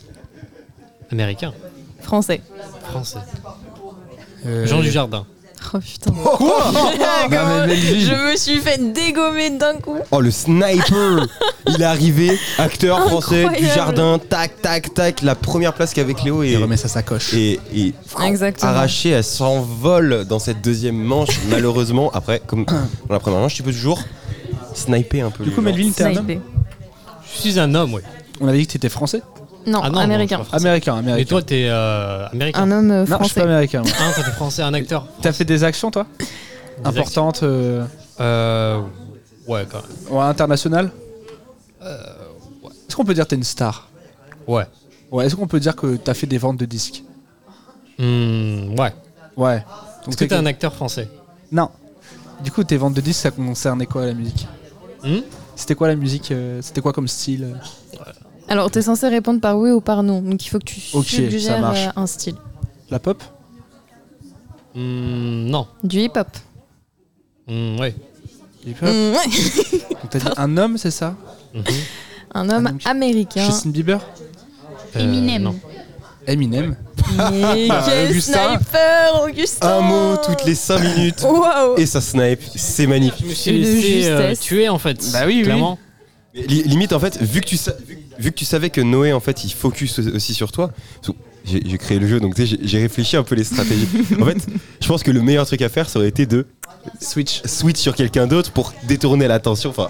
Américain Français. Français. Euh, Jean Dujardin. Oh putain. Quoi Comment- Melville. je me suis fait dégommer d'un coup. Oh le sniper Il est arrivé, acteur français du Incroyable. jardin, tac tac tac, la première place qu'avec Léo Il et, remet sa sacoche. et, et Exactement. arrachée, elle s'envole dans cette deuxième manche malheureusement. Après, comme dans la première manche, tu peux toujours sniper un peu. les gens. Snipé. Je suis un homme, oui. On avait dit que t'étais français Non, Ah non, non, américain. je suis pas français. Américain, Mais américain. toi, t'es euh, américain. un homme non, je euh, suis pas français. américain. moi. Hein, toi, t'es français, un acteur. T'as fait des actions, toi Des actions. Importantes euh, Euh, ouais, quand même. ouais, internationales Euh, Est-ce qu'on peut dire que t'es une star Ouais. Ouais, est-ce qu'on peut dire que t'as fait des ventes de disques Hmm, ouais. Ouais. Est-ce Donc que t'es t'es un acteur français Non. Du coup, tes ventes de disques, ça concernait quoi la musique Hmm C'était quoi la musique euh, C'était quoi comme style euh, Alors, t'es censé répondre par oui ou par non. Donc, il faut que tu Ok, ça suggères marche. euh, un style. La pop Hmm, Non. Du hip-hop. Hmm, ouais. Hip-hop Mm, ouais. Donc T'as dit un homme, c'est ça Mhm. Un homme homme qui- américain. Justin Bieber Euh, Eminem. non. Eminem Mais quel Augustin. sniper, Augustin Un mot toutes les 5 minutes Waouh et ça snipe, c'est magnifique. Je me suis Une laissé euh, justesse. tuer en fait. Bah oui, oui. clairement. Mais li- limite en fait, vu que tu sa- vu, vu que tu savais que Noé en fait il focus au- aussi sur toi. parce que J'ai j'ai créé le jeu donc tu sais, j'ai j'ai réfléchi un peu les stratégies. en fait, je pense que le meilleur truc à faire ça aurait été de Switch. switch sur quelqu'un d'autre pour détourner l'attention. Enfin,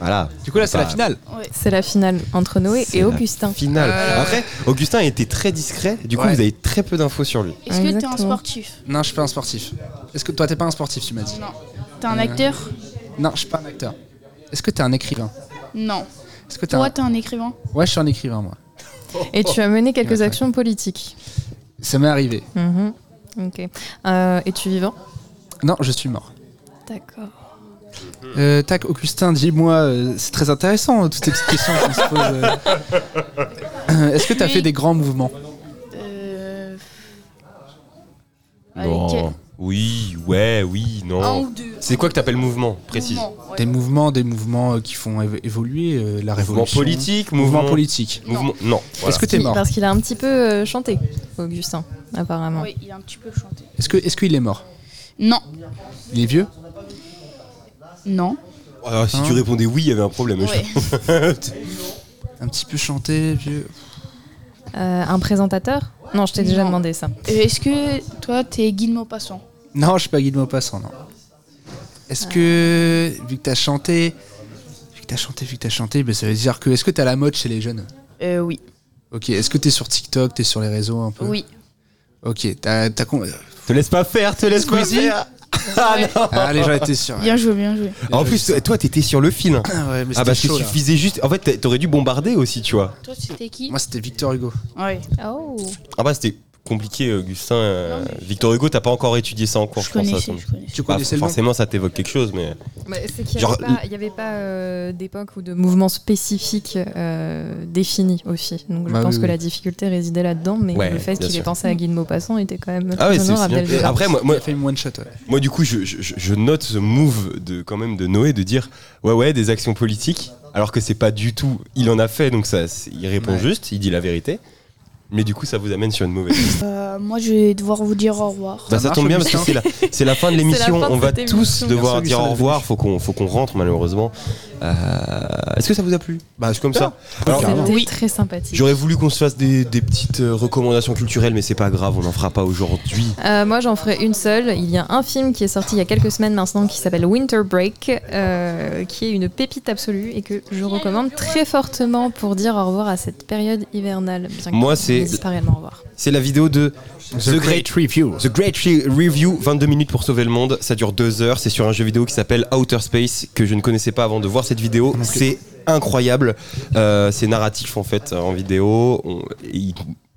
voilà. Du coup, là, c'est la Bah, finale. C'est la finale entre Noé C'est et la Augustin. Finale. Après, Augustin était très discret. Du coup, Ouais. vous avez très peu d'infos sur lui. Est-ce que t'es un Exactement. sportif Non, je suis pas un sportif. Est-ce que toi, t'es pas un sportif, tu m'as dit Non. T'es un Euh. acteur Non, je suis pas un acteur. Est-ce que t'es un écrivain Non. Est-ce que t'es Toi, un... t'es un écrivain Ouais, je suis un écrivain, moi. Et tu as mené quelques Ouais. actions politiques. Ça m'est arrivé. Mhm. Ok. Euh, Es-tu vivant Non, je suis mort. D'accord. Euh, tac, Augustin, dis-moi, euh, c'est très intéressant, euh, toutes ces petites questions qu'on se pose. euh. Euh, Est-ce que t'as Oui. fait des grands mouvements Euh. Avec quel- Oui, ouais, oui, Un non. ou deux. C'est quoi que t'appelles mouvement précis Mouvement, ouais. Des mouvements, des mouvements euh, qui font évo- évoluer euh, Mouvement la révolution. politique, Mouvement mouvement, politique. mouvement- Non. voilà. Est-ce que t'es Qui- mort Parce qu'il a un petit peu euh, chanté, Augustin, apparemment. Oui, il a un petit peu chanté. Est-ce que, est-ce qu'il est mort Non. Il est vieux Non. Ah, si tu Hein répondais oui, il y avait un problème. Ouais. Un petit peu chanté, vieux. Euh, un présentateur Non, je t'ai déjà Non. demandé ça. Euh, Est-ce que toi, t'es Guy de Maupassant Non, je suis pas Guy de Maupassant, non. Est-ce que, vu que t'as chanté, vu que t'as chanté, vu que t'as chanté, ben, ça veut dire que, est-ce que t'as la mode chez les jeunes Euh, oui. Ok, est-ce que t'es sur TikTok, t'es sur les réseaux un peu Oui. Ok, t'as, t'as con... Te laisse pas faire, te laisse pas Squeezie faire. Ah Ouais. non. Ah, les gens étaient sûrs. Bien joué, bien joué. En plus, toi, toi, t'étais sur le fil. hein. Ah ouais, Ah mais Ah c'était bah, il chaud, là. suffisait juste. En fait, t'a- t'aurais dû bombarder aussi, tu vois. Toi, c'était qui Moi, c'était Victor Hugo. Ouais. Oh Ah bah, c'était compliqué, Augustin. euh, Non, mais- Victor Hugo, t'as pas encore étudié ça en cours, je je, pense. ça, ça connaissais, me- je connaissais. Tu Bah, connaissais le nom forcément, ça t'évoque quelque chose, mais. Bah, C'est qu'il y avait Genre- pas- n'y avait pas euh, d'époque ou de mouvement spécifique euh, défini aussi. Donc je je Bah pense pense oui, que que oui. la la difficulté résidait là-dedans, mais Ouais, le fait bien qu'il sûr. ait pensé à Guy de Maupassant était quand même Ah ouais, très c'est- c'est honorable bien. déjà. Après, moi- moi- Il a fait une one shot. ouais. Moi, du coup, je, je- je- je note ce move de, quand même de Noé de dire ouais, ouais, des actions politiques, alors que c'est pas du tout. Il en a fait, donc ça, c'est- il répond Ouais. juste, il dit la vérité. Mais du coup, ça vous amène sur une mauvaise. Euh, moi, je vais devoir vous dire au revoir. Bah, ça marche, tombe bien parce que Augustin c'est la, c'est la fin de C'est l'émission. la fin de On va cette tous émission. devoir Merci, dire Augustin, au d'être revoir. venu. Faut qu'on, faut qu'on rentre malheureusement. Euh, Est-ce que ça vous a plu Bah, c'est comme ça. Alors, Carrément. C'était très sympathique. j'aurais voulu qu'on se fasse des, des petites euh, recommandations culturelles, mais c'est pas grave. On en fera pas aujourd'hui. Euh, moi, j'en ferai une seule. Il y a un film qui est sorti il y a quelques semaines maintenant qui s'appelle Winter Break, euh, qui est une pépite absolue et que je recommande très fortement pour dire au revoir à cette période hivernale. bien que Moi, il c'est- dise pas réellement au revoir. C'est la vidéo de The Great Review. The Great Re- Review, 22 minutes pour sauver le monde, ça dure 2 heures, c'est sur un jeu vidéo qui s'appelle Outer Space, que je ne connaissais pas avant de voir cette vidéo, c'est incroyable, Euh, c'est narratif en fait en vidéo, On- et, il-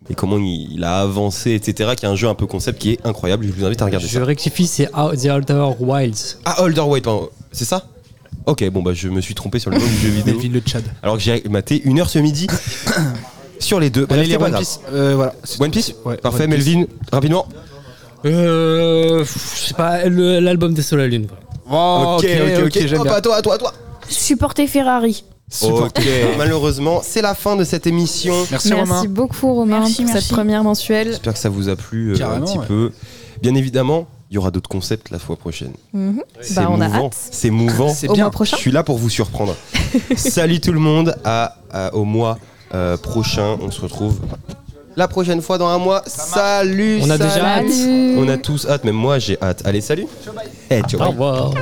et comment il, il a avancé, etc., qui est un jeu un peu concept qui est incroyable, je vous invite à regarder Je ça. rectifie, c'est Out- The Outer Wilds. Ah, Older White, pardon. c'est ça Ok, bon bah je me suis trompé sur le nom du jeu vidéo, Melville le Tchad. alors que j'ai maté une heure ce midi sur les deux, bref, Allez, c'est les pas One grave. Piece. Euh, voilà. C'est- One Piece Ouais, Parfait, One Piece. Melvin, rapidement. Euh, pff, je sais pas, le- l'album des Soleil Lune. voilà. Oh, ok, ok, ok, j'aime Hop, bien. à toi, à toi, à toi. Supporter Ferrari. Ok. Malheureusement, c'est la fin de cette émission. Merci, merci Romain. beaucoup Romain Merci, pour merci. cette première mensuelle. J'espère que ça vous a plu euh, un Carrément, petit ouais. peu. Bien évidemment, il y aura d'autres concepts la fois prochaine. Mhm. C'est Bah, on a mouvant, hâte. C'est mouvant. C'est Au bien. mois Je prochain. suis là pour vous surprendre. Salut tout le monde. À, à- au mois euh, prochain, on se retrouve la prochaine fois dans un mois. Salut. On a déjà salut. hâte. Salut. On a tous hâte. Même moi, j'ai hâte. Allez, salut. Eh, ciao, Au bye. revoir.